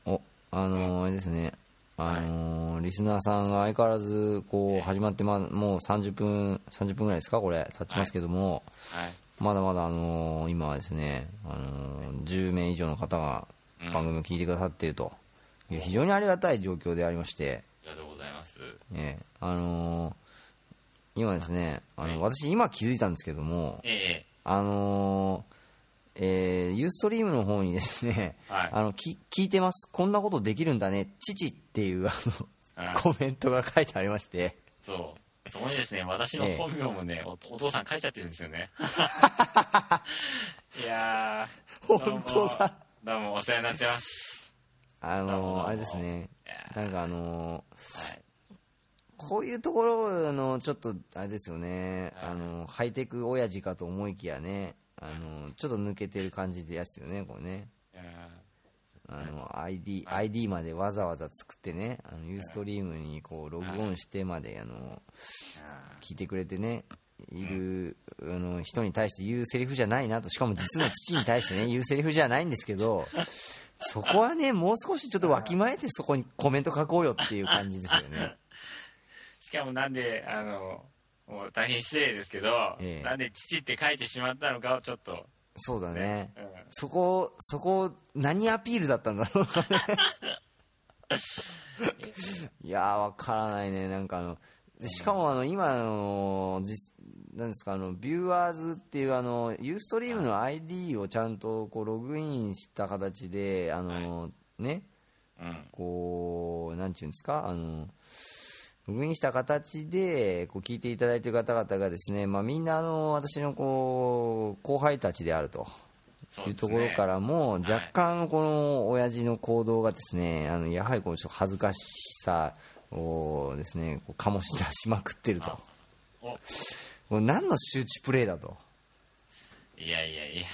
[SPEAKER 2] おあのーあれですねあのーリスナーさんが相変わらずこう始まって、ま、もう30分30分ぐらいですかこれ経ちますけども、
[SPEAKER 1] はい
[SPEAKER 2] まだまだ、あのー今はですね、あのー10名以上の方が番組を聞いてくださっているという非常にありがたい状況でありまして、
[SPEAKER 1] ありがとうございます
[SPEAKER 2] ええあのー今ですね、あの私今気づいたんですけども、
[SPEAKER 1] ええ
[SPEAKER 2] あのーえーユーストリームの方にですね、
[SPEAKER 1] はい
[SPEAKER 2] あのき聞いてます、こんなことできるんだね、父っていうあの、
[SPEAKER 1] はい
[SPEAKER 2] コメントが書いてありまして、
[SPEAKER 1] そうそこにですね私の本名もね、おお父さん書いちゃってるんですよ ねいやー
[SPEAKER 2] 本当だ
[SPEAKER 1] どうもどうもお世話になってます
[SPEAKER 2] あ
[SPEAKER 1] なるほ
[SPEAKER 2] のー
[SPEAKER 1] ど
[SPEAKER 2] あれですね、
[SPEAKER 1] い
[SPEAKER 2] なんかあのー
[SPEAKER 1] はい
[SPEAKER 2] こういうところのちょっとあれですよね、あのハイテク親父かと思いきやねあのちょっと抜けてる感じでやつよねこれね
[SPEAKER 1] いやー
[SPEAKER 2] あの ID, ID までわざわざ作ってねあのユーストリームにこうログオンしてまであの聞いてくれてねいるあの人に対して言うセリフじゃないなとしかも実の父に対してね言うセリフじゃないんですけどそこはねもう少しちょっとわきまえてそこにコメント書こうよっていう感じですよね
[SPEAKER 1] しかもなんで、あの、もう大変失礼ですけど、
[SPEAKER 2] ええ
[SPEAKER 1] なんで父って書いてしまったのかをちょっと、
[SPEAKER 2] そうだね
[SPEAKER 1] うん
[SPEAKER 2] そこそこ何アピールだったんだろうかねいやー分からないねなんかあのしかもあの今あの実なんですかあのビューワーズっていうあのユーストリームの ID をちゃんとこうログインした形であの、ね
[SPEAKER 1] うん、
[SPEAKER 2] こうなんていうんですかあのログインした形でこう聞いていただいている方々がですね、まあ、みんなあの私のこう後輩たちであると
[SPEAKER 1] そう
[SPEAKER 2] い
[SPEAKER 1] で
[SPEAKER 2] う
[SPEAKER 1] す
[SPEAKER 2] と
[SPEAKER 1] ね
[SPEAKER 2] ころからも、若干この親父の行動がですね、あのやはりこうちょっと恥ずかしさをですね、こう醸し出しまくってると。
[SPEAKER 1] お
[SPEAKER 2] これ何の周知プレイだと。
[SPEAKER 1] いやいやいや、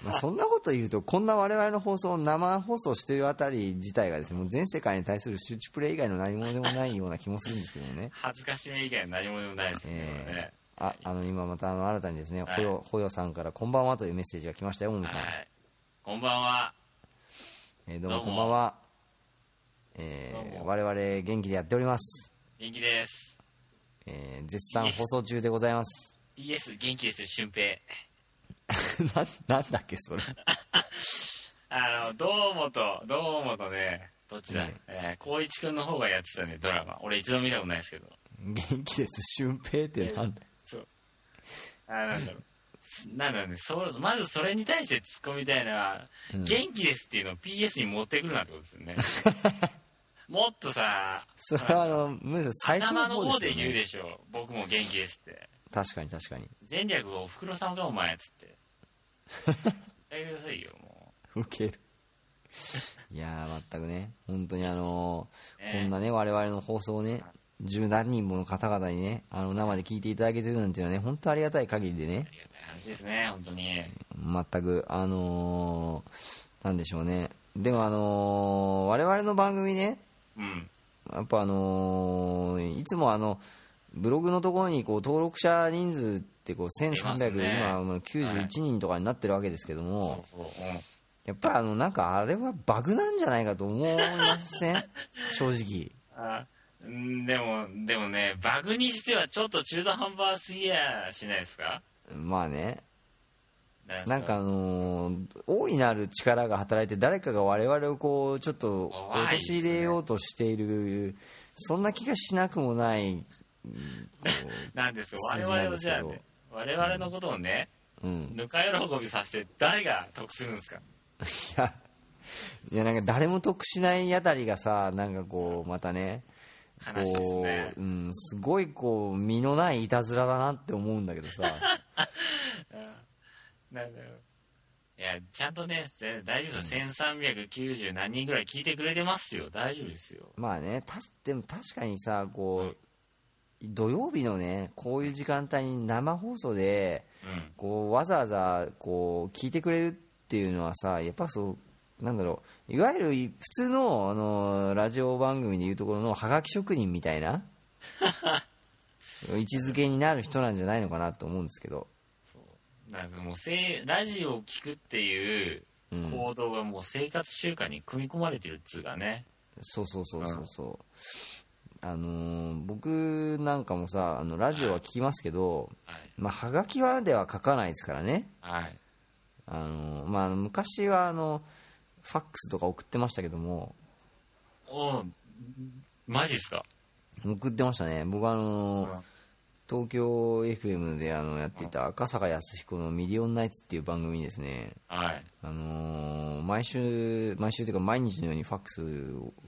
[SPEAKER 2] まあそんなこと言うと、こんな我々の放送を生放送してるあたり自体がですね、もう全世界に対する周知プレイ以外の何もでもないような気もするんですけどね。
[SPEAKER 1] 恥ずかしめ以外の何もでもないですけどね。
[SPEAKER 2] えーあ、あの今またあの新たにですね、ほよ、ほよさんからこんばんはというメッセージが来ましたよ、もみさん。
[SPEAKER 1] はい。こんばんは。
[SPEAKER 2] えーど
[SPEAKER 1] ど
[SPEAKER 2] うも
[SPEAKER 1] うも
[SPEAKER 2] こんばんは。えー
[SPEAKER 1] どうも
[SPEAKER 2] 我々元気でやっております。
[SPEAKER 1] 元気です。
[SPEAKER 2] えー絶賛放送中でございます。
[SPEAKER 1] イエス、元気ですよ、俊平。
[SPEAKER 2] な、なんだっけ、それ。
[SPEAKER 1] あの、どうもと、どうもとね、どっちだ、えー、光一くんの方がやってたね、ドラマ。俺一度見たことないですけど。
[SPEAKER 2] 元気です、俊平ってなんだ。
[SPEAKER 1] そう。あーなんだろう。なんだろうね、そう、まずそれに対して突っ込みたいのは、元気ですっていうのを PS に持ってくるなってことですよね。もっとさ、
[SPEAKER 2] それはあの、むしろ最初の
[SPEAKER 1] 頭の
[SPEAKER 2] 方
[SPEAKER 1] 方
[SPEAKER 2] で
[SPEAKER 1] です言
[SPEAKER 2] よ
[SPEAKER 1] う
[SPEAKER 2] ね。
[SPEAKER 1] でしょう、僕も元気ですって。
[SPEAKER 2] 確かに確かに。
[SPEAKER 1] 前略をおふくろさんかお前っつって。やめてくださいよ、も
[SPEAKER 2] ウケる。いやー、全くね、本当にあのー
[SPEAKER 1] ね
[SPEAKER 2] こんなね、我々の放送をね、十何人もの方々にね、あの、生で聞いていただけてるなんていうのはね、本当ありがたい限りでね
[SPEAKER 1] う。あ、りがたい話ですね、本当に。
[SPEAKER 2] 全く、あのーなんでしょうね。でもあのー我々の番組ね、
[SPEAKER 1] うん。
[SPEAKER 2] やっぱあのーいつもあのブログのところにこう登録者人数ってこう
[SPEAKER 1] ます
[SPEAKER 2] 1300、
[SPEAKER 1] ね
[SPEAKER 2] 今もう91人とかになってるわけですけども、
[SPEAKER 1] そうそう。うん。
[SPEAKER 2] やっぱりあのなんかあれはバグなんじゃないかと思いま せん正直
[SPEAKER 1] あうんでも、でもね、バグにしてはちょっと中途半端すぎやしないですか
[SPEAKER 2] まあね
[SPEAKER 1] なんです
[SPEAKER 2] なんかあのー大いなる力が働いて誰かが我々をこうちょっと陥れようとしているそんな気がしなくもない、
[SPEAKER 1] なんですよ
[SPEAKER 2] 数字
[SPEAKER 1] 我
[SPEAKER 2] なん
[SPEAKER 1] 々を
[SPEAKER 2] です
[SPEAKER 1] じ
[SPEAKER 2] け
[SPEAKER 1] ゃあ
[SPEAKER 2] ど
[SPEAKER 1] ね我々のことをね、
[SPEAKER 2] うん、
[SPEAKER 1] ぬか喜びさせて誰が得するんですか
[SPEAKER 2] いやいやなんか誰も得しないあたりがさなんかこうまたね
[SPEAKER 1] 悲しいです
[SPEAKER 2] こ
[SPEAKER 1] ね
[SPEAKER 2] う、うん、すごいこう身のないいたずらだなって思うんだ けどさ
[SPEAKER 1] なんだろういやちゃんとねせ大丈夫ですよ、1390何人ぐらい聞いてくれてますよ大丈夫ですよ
[SPEAKER 2] まあねたでも確かにさこう、土曜日のねこういう時間帯に生放送で
[SPEAKER 1] うん
[SPEAKER 2] こうわざわざこう聞いてくれるっていうのはさやっぱそうなんだろういわゆるい普通の、あのーラジオ番組でいうところのはがき職人みたいな位置づけになる人なんじゃないのかなと思うんですけど
[SPEAKER 1] なんかもうせいラジオを聞くっていう
[SPEAKER 2] うん
[SPEAKER 1] 行動がもう生活習慣に組み込まれてるっつうかね
[SPEAKER 2] そうそうそうそうそうあのー僕なんかもさあのラジオは聞きますけど、
[SPEAKER 1] はい
[SPEAKER 2] まあ、はがきはでは書かないですからね
[SPEAKER 1] はい
[SPEAKER 2] あのーまああの、昔はあのファックスとか送ってましたけども
[SPEAKER 1] おーマジっすか
[SPEAKER 2] 送ってましたね僕はあのー
[SPEAKER 1] うん
[SPEAKER 2] 東京 FM であのやっていた赤坂康彦の「ミリオンナイツ」っていう番組にですね
[SPEAKER 1] はい
[SPEAKER 2] あのー毎週毎週というか毎日のようにファックス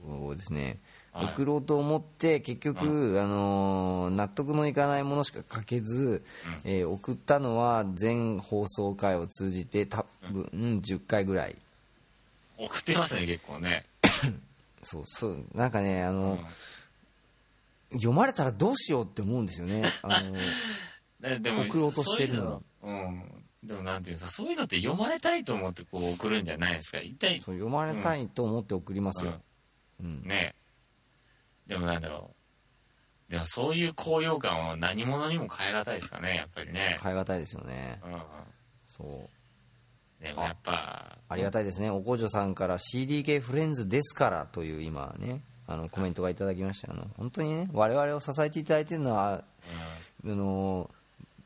[SPEAKER 2] をですね、
[SPEAKER 1] はい
[SPEAKER 2] 送ろうと思って結局、あのー納得のいかないものしか書けず、えー送ったのは全放送回を通じて多分10回ぐらい
[SPEAKER 1] 送ってますね結構ね
[SPEAKER 2] そうそうなんかねあの、
[SPEAKER 1] ん
[SPEAKER 2] 読まれたらどうしようって思うんですよねあの
[SPEAKER 1] えでも
[SPEAKER 2] 送ろうとしてるの
[SPEAKER 1] そ
[SPEAKER 2] に
[SPEAKER 1] ういうのうんでもなんていうかそういうのって読まれたいと思ってこう送るんじゃないですか一体
[SPEAKER 2] そう読まれたいと思って送りますよ、うん
[SPEAKER 1] ねでもなんだろうでもそういう高揚感は何者にも変え難いですかねやっぱりね、
[SPEAKER 2] 変え難いですよねそう
[SPEAKER 1] うん、でもやっぱ
[SPEAKER 2] ありがたいですねおこじょさんから CDK フレンズですからという今ねあのコメントがいただきましてあの本当にね我々を支えていただいてるのは、あの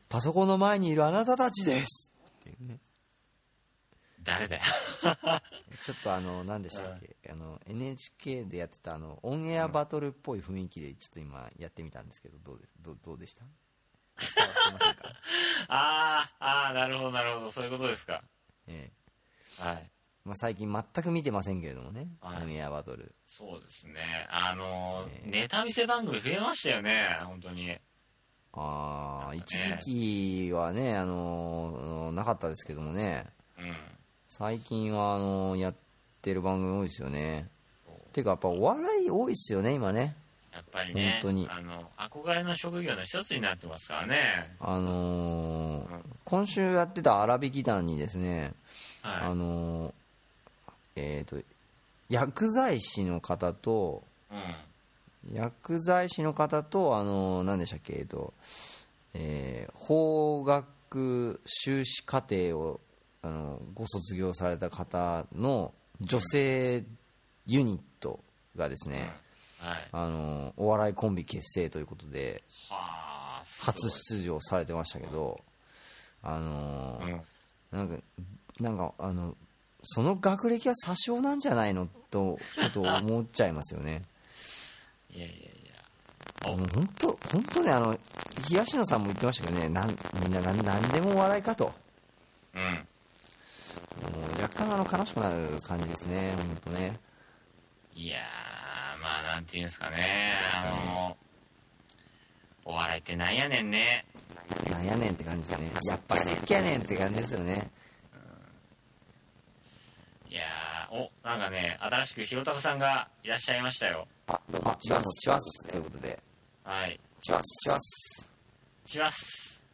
[SPEAKER 2] パソコンの前にいるあなたたちですっていうね
[SPEAKER 1] 誰だよ
[SPEAKER 2] ちょっとあの何でしたっけ、あの NHK でやってたあのオンエアバトルっぽい雰囲気でちょっと今やってみたんですけどどうですどうどうでした伝わってません か、
[SPEAKER 1] あーあーなるほどなるほどそういうことですか
[SPEAKER 2] ええ
[SPEAKER 1] はい
[SPEAKER 2] まあ、最近全く見てませんけれどもね、
[SPEAKER 1] はい
[SPEAKER 2] オンエアバトル
[SPEAKER 1] そうですねあのーネタ見せ番組増えましたよね本当に
[SPEAKER 2] あ
[SPEAKER 1] な
[SPEAKER 2] あ、
[SPEAKER 1] んか
[SPEAKER 2] 一
[SPEAKER 1] ね
[SPEAKER 2] 時期はね、あのーなかったですけどもね、
[SPEAKER 1] うん
[SPEAKER 2] 最近はあのーやってる番組多いですよね。ていうか、やっぱお笑い多いですよね、今ね。
[SPEAKER 1] やっぱりね
[SPEAKER 2] 本当に
[SPEAKER 1] あの憧れの職業の一つになってますからね
[SPEAKER 2] あのー
[SPEAKER 1] うん
[SPEAKER 2] 今週やってた荒引き団にですね、
[SPEAKER 1] は
[SPEAKER 2] あのーえっ、と、薬剤師の方と、
[SPEAKER 1] い、うん、
[SPEAKER 2] 薬剤師の方と、あのー何でしたっけ、えっとえー法学修士課程を、あのーご卒業された方の女性ユニットがですね、
[SPEAKER 1] はい
[SPEAKER 2] あのーお笑いコンビ結成ということで
[SPEAKER 1] はあすご
[SPEAKER 2] 初出場されてましたけど、あの
[SPEAKER 1] いう
[SPEAKER 2] ー
[SPEAKER 1] ん
[SPEAKER 2] なんかなんかあのその学歴は詐称なんじゃないのとちょっと思っちゃいますよね。
[SPEAKER 1] いやいやいや
[SPEAKER 2] もう本当本当ねあの東野さんも言ってましたけどねなんみんななん何でもお笑いかとも
[SPEAKER 1] うん。
[SPEAKER 2] う若干あの悲しくなる感じですね本当ね
[SPEAKER 1] いやー、まあ、なんていうんですかね、あの、お笑いってなんやねんね。
[SPEAKER 2] なんやねんって感じですねやっぱせっきやねんって感じですよね
[SPEAKER 1] いやー、お、なんかね、新しくひろたかさんがいらっしゃいましたよ。
[SPEAKER 2] あどうもチワスチワスということで
[SPEAKER 1] はい。
[SPEAKER 2] チワスチワス
[SPEAKER 1] チワス。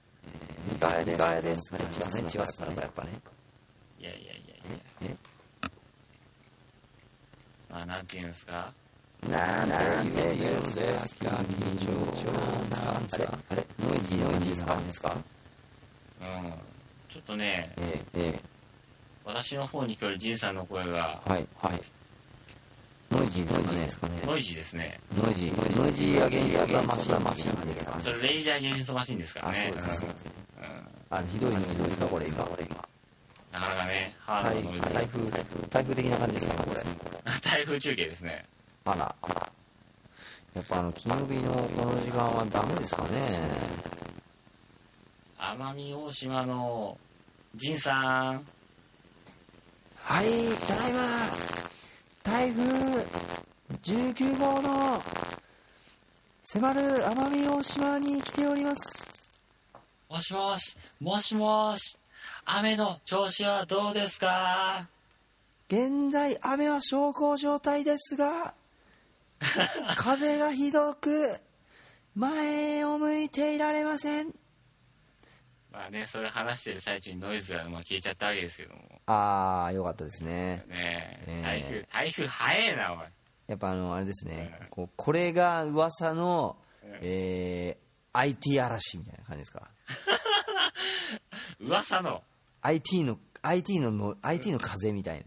[SPEAKER 2] 見返れ返れですチワスねチワスねやっぱね
[SPEAKER 1] いやいやいやいや。
[SPEAKER 2] え
[SPEAKER 1] まあ、なんていうんですか。
[SPEAKER 2] なんて言うんですか緊張感あれあれノイジーノイジーな感じですか
[SPEAKER 1] うん。ちょっとね、
[SPEAKER 2] ええええ
[SPEAKER 1] 私の方に聞こえるジンさんの声が、
[SPEAKER 2] はいはいノイジーですかね
[SPEAKER 1] ノイジーですね。
[SPEAKER 2] ノイジー、ノイジーアゲンストマシンマシンですか
[SPEAKER 1] それ、レイジャーゲージストマシンですから
[SPEAKER 2] あ、
[SPEAKER 1] ね。
[SPEAKER 2] そうですね、そうですね。
[SPEAKER 1] うんうん
[SPEAKER 2] あの、ひどいのひどいですか、これ今。
[SPEAKER 1] なかなかね、ハード
[SPEAKER 2] 台
[SPEAKER 1] なノイズ。
[SPEAKER 2] 台風、台風的な感じですか、これ。
[SPEAKER 1] 台風中継ですね。
[SPEAKER 2] あら、あら。やっぱあの、金曜日のこの時間はダメですかね。
[SPEAKER 1] 奄美大島の仁さん
[SPEAKER 2] はい、ただいま台風19号の迫る奄美大島に来ております。
[SPEAKER 1] もしもしもしもし雨の調子はどうですか
[SPEAKER 2] 現在雨は小康状態です が風がひどく前を向いていられません
[SPEAKER 1] まあね、それ話してる最中にノイズがまあ消えちゃったわけですけども。
[SPEAKER 2] ああよかったですね
[SPEAKER 1] ね
[SPEAKER 2] ね
[SPEAKER 1] え
[SPEAKER 2] え
[SPEAKER 1] 台風、台風早えな、おい。
[SPEAKER 2] やっぱあのあれですねこうこれが噂のえー IT 嵐みたいな感じですか
[SPEAKER 1] 噂の、
[SPEAKER 2] IT の IT のの IT の風みたいな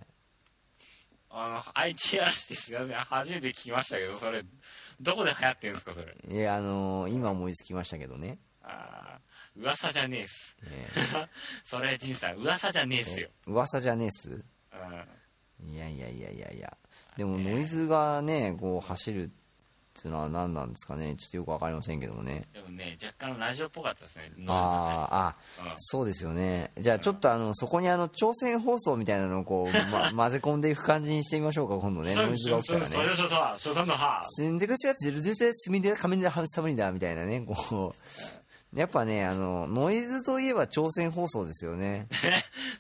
[SPEAKER 1] あの、IT 嵐ってすいません、初めて聞きましたけど、それ、どこで流行ってんですか、それ。
[SPEAKER 2] いやあのー今思いつきましたけどね
[SPEAKER 1] あー噂じゃねえっす。
[SPEAKER 2] ね
[SPEAKER 1] それ、仁さん、噂じゃねえっすよ。
[SPEAKER 2] 噂じゃねえっす
[SPEAKER 1] うん
[SPEAKER 2] いやいやいやいやいやでもノイズがねこう走るっていうのは何なんですかねちょっとよく分かりませんけどもね
[SPEAKER 1] でもね、若干ラジオっぽかったですね、ノイズがね。
[SPEAKER 2] あーあそうですよねじゃあちょっとあのそこにあの朝鮮放送みたいなのを こう、ま、混ぜ込んでいく感じにしてみましょうか今度ね
[SPEAKER 1] そ
[SPEAKER 2] ノ
[SPEAKER 1] う
[SPEAKER 2] イズが
[SPEAKER 1] そう
[SPEAKER 2] 起き
[SPEAKER 1] そ
[SPEAKER 2] た
[SPEAKER 1] うそう
[SPEAKER 2] らね
[SPEAKER 1] そうそうそうそうは
[SPEAKER 2] 「すんでくしやつるずせすみで仮面でハムサムリだ」みたいなねこうやっぱねあのノイズといえば朝鮮放送ですよね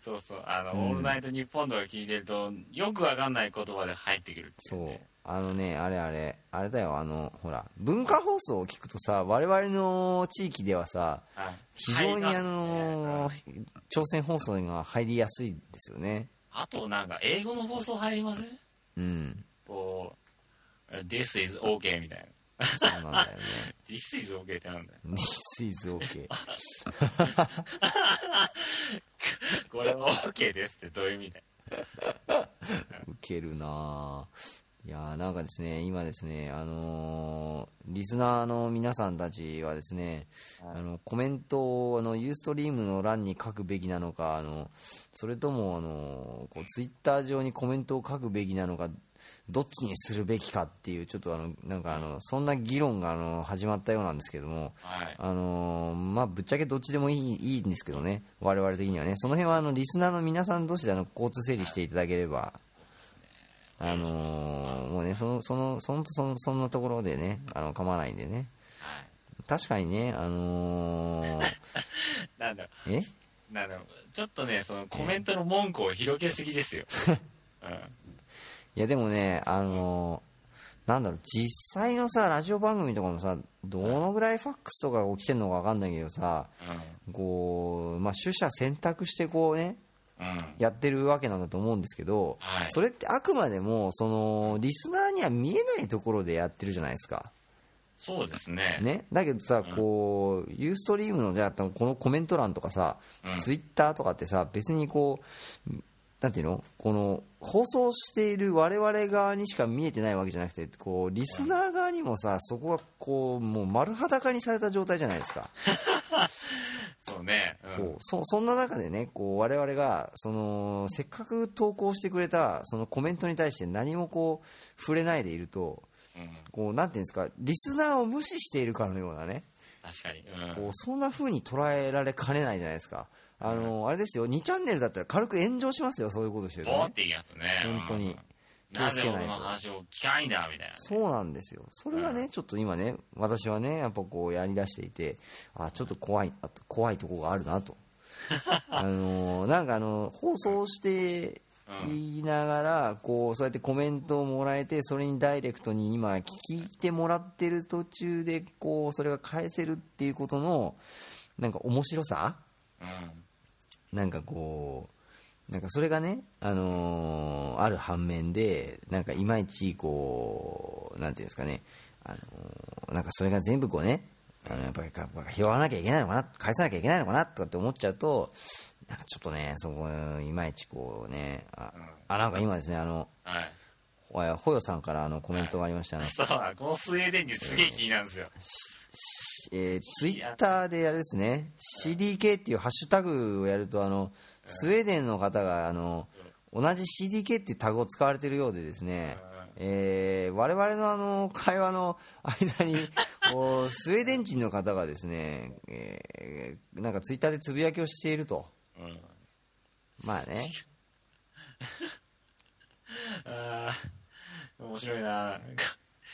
[SPEAKER 1] そうそうあの、オールナイトニッポンとか聞いてるとよくわかんない言葉で入ってくるってい
[SPEAKER 2] そう
[SPEAKER 1] ね
[SPEAKER 2] あのねあれあれあれだよあのほら文化放送を聞くとさ我々の地域ではさ
[SPEAKER 1] はい
[SPEAKER 2] 非常
[SPEAKER 1] 入り
[SPEAKER 2] に
[SPEAKER 1] ま
[SPEAKER 2] あ
[SPEAKER 1] すね
[SPEAKER 2] の朝鮮放送が入りやすいですよね
[SPEAKER 1] あとなんか英語の放送入りません
[SPEAKER 2] うん
[SPEAKER 1] こう This is OK みたいな
[SPEAKER 2] そうなんだよね
[SPEAKER 1] This is OK ってなんだよ
[SPEAKER 2] This is OK
[SPEAKER 1] これ OK ですってどういう意味だよ
[SPEAKER 2] ウケるなぁいやーなんかですね今ですねあのーリスナーの皆さんたちはですねあのコメントをあのユーストリームの欄に書くべきなのかあのそれともあのーこうツイッター上にコメントを書くべきなのかどっちにするべきかっていうちょっとあのなんかあのそんな議論があの始まったようなんですけども
[SPEAKER 1] はい
[SPEAKER 2] あのーまあ、ぶっちゃけどっちでもいいいいんですけどね、我々的にはね、その辺はあのリスナーの皆さん同士であの交通整理していただければ、あのーもうね、そのそのそのそのそんなところでね、あの構わないんでね、
[SPEAKER 1] はい
[SPEAKER 2] 確かにね、あのー
[SPEAKER 1] なんだろ
[SPEAKER 2] え
[SPEAKER 1] うなんだろうちょっとねそのコメントの文句を広げすぎです よ、うん、
[SPEAKER 2] いや、でもね、あのーなんだろう、実際のさ、ラジオ番組とかもさ、どのぐらいファックスとかが起きてるのか分かんないけどさ、こう、まあ、取捨選択してこうね、
[SPEAKER 1] うんうん
[SPEAKER 2] やってるわけなんだと思うんですけど、
[SPEAKER 1] はい
[SPEAKER 2] それってあくまでもそのリスナーには見えないところでやってるじゃないですか、
[SPEAKER 1] そうですね
[SPEAKER 2] ね、だけどさ、こうユーストリームのじゃあこのコメント欄とかさ、ツイッターとかってさ別にこうなんていうのこの放送している我々側にしか見えてないわけじゃなくてこうリスナー側にもさそこがこうもう丸裸にされた状態じゃないですか。
[SPEAKER 1] そうね、うん、
[SPEAKER 2] こうそそんな中でねこう我々がそのせっかく投稿してくれたそのコメントに対して何もこう触れないでいると
[SPEAKER 1] うん、
[SPEAKER 2] こうなんていうんですかリスナーを無視しているかのようなね
[SPEAKER 1] 確かに、うん、
[SPEAKER 2] こうそんな風に捉えられかねないじゃないですかあのあれですよ2チャンネルだったら軽く炎上しますよそういうことしてると
[SPEAKER 1] ボーっ
[SPEAKER 2] ね
[SPEAKER 1] て言いますよね
[SPEAKER 2] 本当
[SPEAKER 1] う
[SPEAKER 2] に
[SPEAKER 1] ん
[SPEAKER 2] 気を
[SPEAKER 1] な
[SPEAKER 2] つ
[SPEAKER 1] ぜ
[SPEAKER 2] け
[SPEAKER 1] 俺
[SPEAKER 2] ないと
[SPEAKER 1] の話を聞かないんだみたいな
[SPEAKER 2] そうなんですよそれがねちょっと今ね私はねやっぱこうやりだしていてあちょっと怖いあと怖いとこがあるなとあのーなんかあの放送していながらこうそうやってコメントをもらえてそれにダイレクトに今聞いてもらってる途中でこうそれが返せるっていうことのなんか面白さ
[SPEAKER 1] うん
[SPEAKER 2] なんかこう、なんかそれがね、あのーある反面で、なんかいまいちこう、なんていうんですかね、あのーなんかそれが全部こうね、あのやっぱりか拾わなきゃいけないのかな、返さなきゃいけないのかなとかって思っちゃうと、なんかちょっとね、そこ、いまいちこうね、あ、あなんか今ですね、あの、
[SPEAKER 1] はい
[SPEAKER 2] ほほよさんからあのコメントがありましたね、
[SPEAKER 1] そうだこのスウェーデン人すげえ気になるんですよ
[SPEAKER 2] しえー、ツイッターであれですね CDK っていうハッシュタグをやるとあのスウェーデンの方があの同じ CDK っていうタグを使われてるようでですね、えー我々のあの会話の 間にこうスウェーデン人の方がですね、えーなんかツイッターでつぶやきをしていると
[SPEAKER 1] うん
[SPEAKER 2] まあね
[SPEAKER 1] あー面白いな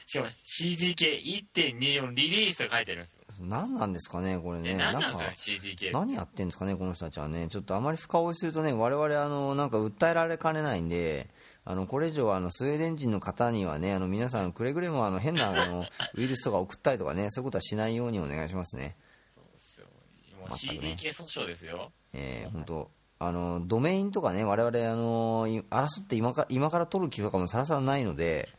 [SPEAKER 1] しかも CDK1.24 リリースと書いてありますよ、
[SPEAKER 2] 何なんですかねこれね
[SPEAKER 1] え何なん
[SPEAKER 2] か
[SPEAKER 1] ですかね CDK
[SPEAKER 2] 何やってんですかね、この人たちはね、ちょっとあまり深追いするとね、我々あのなんか訴えられかねないんで、あのこれ以上はあのスウェーデン人の方にはね、あの皆さん、くれぐれもあの 変なあのウイルスとか送ったりとかね、そういうことはしないようにお願いしますね。
[SPEAKER 1] そうっすよもう
[SPEAKER 2] 全く
[SPEAKER 1] CD
[SPEAKER 2] ね。
[SPEAKER 1] 系訴訟ですよ。
[SPEAKER 2] えー、本当あの、ドメインとかね、我々、あの、い争って今か今から取る気とかもさらさらないので、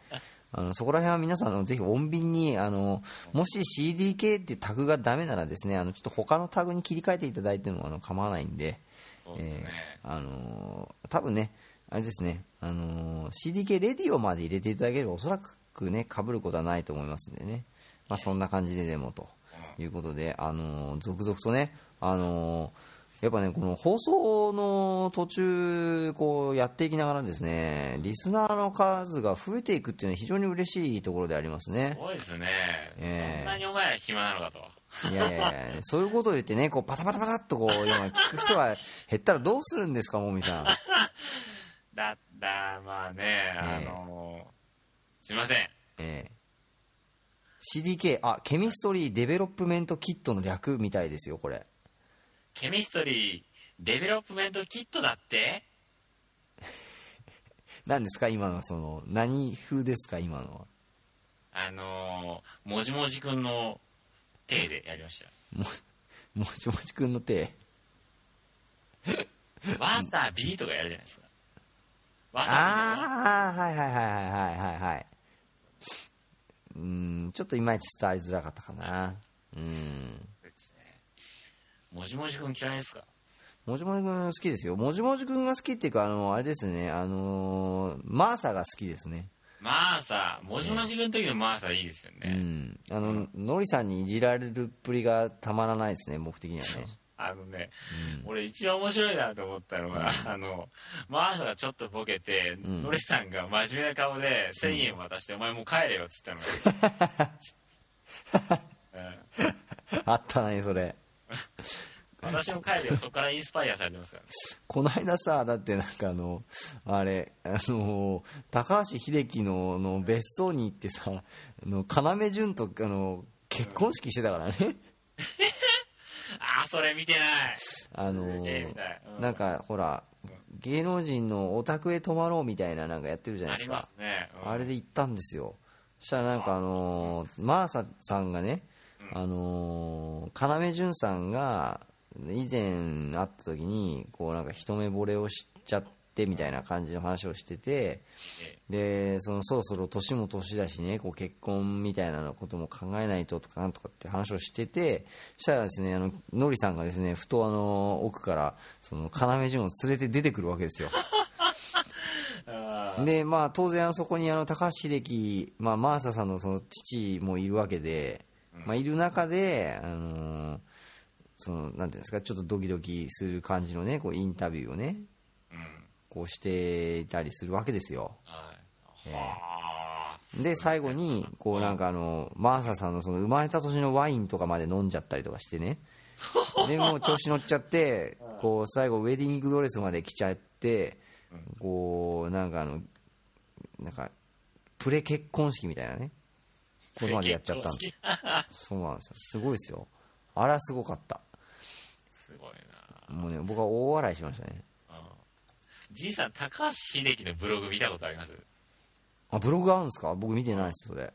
[SPEAKER 2] あのそこら辺は皆さんあの、ぜひ穏便に、あの、もし CDK っていうタグがダメならですね、あの、ちょっと他のタグに切り替えていただいても、あの、構わないんで、
[SPEAKER 1] そうですね。
[SPEAKER 2] あのー多分ね、あれですね、あのー CDK レディオまで入れていただければ、おそらくね、かぶることはないと思いますんでね、まあ、そんな感じででもということで、あのー続々とね、あのーやっぱね、この放送の途中、こうやっていきながらですね、リスナーの数が増えていくっていうのは非常に嬉しいところでありますね。
[SPEAKER 1] 多いですね、
[SPEAKER 2] え
[SPEAKER 1] そん
[SPEAKER 2] え
[SPEAKER 1] なにお前ら暇なのかと。
[SPEAKER 2] いやいやいやそういうことを言ってね、こうパタパタパタっとこう、今聞く人が減ったらどうするんですか、もみさん。
[SPEAKER 1] だ、だ、まあね、あのすいません。
[SPEAKER 2] えー CDK、あ、ケミストリーデベロップメントキットの略みたいですよ、これ。
[SPEAKER 1] ケミストリー、デベロップメントキットだって
[SPEAKER 2] 何ですか、今の、その、何風ですか、今のは。
[SPEAKER 1] あのー、もじもじくんの手でやりま した。
[SPEAKER 2] もちもちくんの手。
[SPEAKER 1] わさびとかやるじゃないですか。わさびの
[SPEAKER 2] ああ、はいはいはいはいはいはいはい。うーん、ちょっといまいち伝わりづらかったかな。うーん。
[SPEAKER 1] ですね。もじもじくん嫌いですか
[SPEAKER 2] もちもちくん好きですよ。もちもちくんが好きっていうか、あの、あれですね、あのーマーサが好きですね。
[SPEAKER 1] マーサ、もじもじくんの時のマーサいいですよ
[SPEAKER 2] う
[SPEAKER 1] ね。
[SPEAKER 2] ん。あの、ノリさんにいじられるっぷりがたまらないですね、僕的にはね。
[SPEAKER 1] あのね、俺一番面白いなと思ったのが、あの、マーサがちょっとボケて、ノリさんが真面目な顔で1000円渡して、お前もう帰れよっつったのが、うん
[SPEAKER 2] あったね、それ。
[SPEAKER 1] 私も帰れよ、そこからインスパイアされてますからね。
[SPEAKER 2] この間さ、だってなんかあの、あれ、あの、高橋秀樹のの別荘に行ってさ、あの、要潤と、あの、結婚式してたからね。
[SPEAKER 1] ああ、それ見てない。
[SPEAKER 2] あ
[SPEAKER 1] す
[SPEAKER 2] の
[SPEAKER 1] げえ見たいうん
[SPEAKER 2] なんかほら、芸能人のお宅へ泊まろうみたいななんかやってるじゃない
[SPEAKER 1] あ
[SPEAKER 2] です
[SPEAKER 1] り
[SPEAKER 2] か。
[SPEAKER 1] ますね。うん
[SPEAKER 2] あれで行ったんですよ。そしたらなんかあのーマーサさんがね、あのー、要潤さんが以前会った時に、こうなんか一目惚れをしちゃってみたいな感じの話をしてて、で、そのそろそろ年も年だしね、こう結婚みたいなことも考えないととかなんとかって話をしてて、したらですね、あの、のりさんがですね、ふとあの、奥から、その要潤を連れて出てくるわけですよ。
[SPEAKER 1] あ
[SPEAKER 2] でまあ当然あのそこにあの高橋秀樹、まあ、マーサさんのその父もいるわけで、まあ、いる中で、あのーそのなんていうんですかちょっとドキドキする感じのねこうインタビューをね
[SPEAKER 1] ーうん。
[SPEAKER 2] こうしていたりするわけですよ
[SPEAKER 1] はい。はあ。
[SPEAKER 2] で最後にこうなんかあのマーサさんのその生まれた年のワインとかまで飲んじゃったりとかして ねでもう調子乗っちゃってこう最後ウェディングドレスまで着ちゃってこうなんかあのなんかプレ結婚式みたいなねことまでやっちゃったんですよそうなんですよすごいですよあれはすごかった
[SPEAKER 1] すごいな。
[SPEAKER 2] もうね僕は大笑いしましたね
[SPEAKER 1] じいさん、高橋秀樹のブログ見たことあります
[SPEAKER 2] あブログあるんですか僕見てないですそれ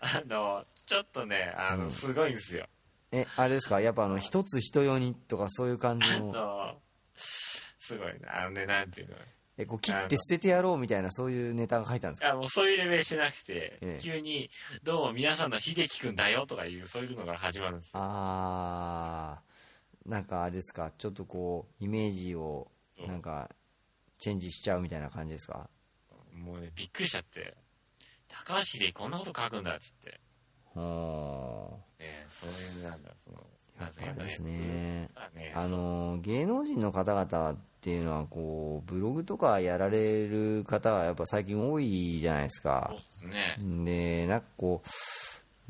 [SPEAKER 1] あの、ちょっとね、あの、すごいんですよ。
[SPEAKER 2] えあれですかやっぱあの一つ人用にとかそういう感じ
[SPEAKER 1] あ
[SPEAKER 2] の
[SPEAKER 1] の、すごいな。あのね、なんていうの。い
[SPEAKER 2] えこう切って捨ててやろうみたいなそういうネタが書いたんですか
[SPEAKER 1] や、もうそういうレベルしなくて、
[SPEAKER 2] ええ
[SPEAKER 1] 急に、どうも皆さんの秀樹くんだよとかいう、そういうのが始まるんですよ。
[SPEAKER 2] あーなんかあれですかちょっとこうイメージを
[SPEAKER 1] そう
[SPEAKER 2] なんかチェンジしちゃうみたいな感じですか
[SPEAKER 1] もうね、びっくりしちゃって、高橋秀樹こんなこと書くんだっつって。
[SPEAKER 2] うーん
[SPEAKER 1] ね、そういう、なんだ、その、なん
[SPEAKER 2] あれです
[SPEAKER 1] やっ
[SPEAKER 2] ね
[SPEAKER 1] ぱね。
[SPEAKER 2] あの芸能人の方々っていうのはこうブログとかやられる方がやっぱ最近多いじゃないですか
[SPEAKER 1] そうですね。
[SPEAKER 2] でなんかこう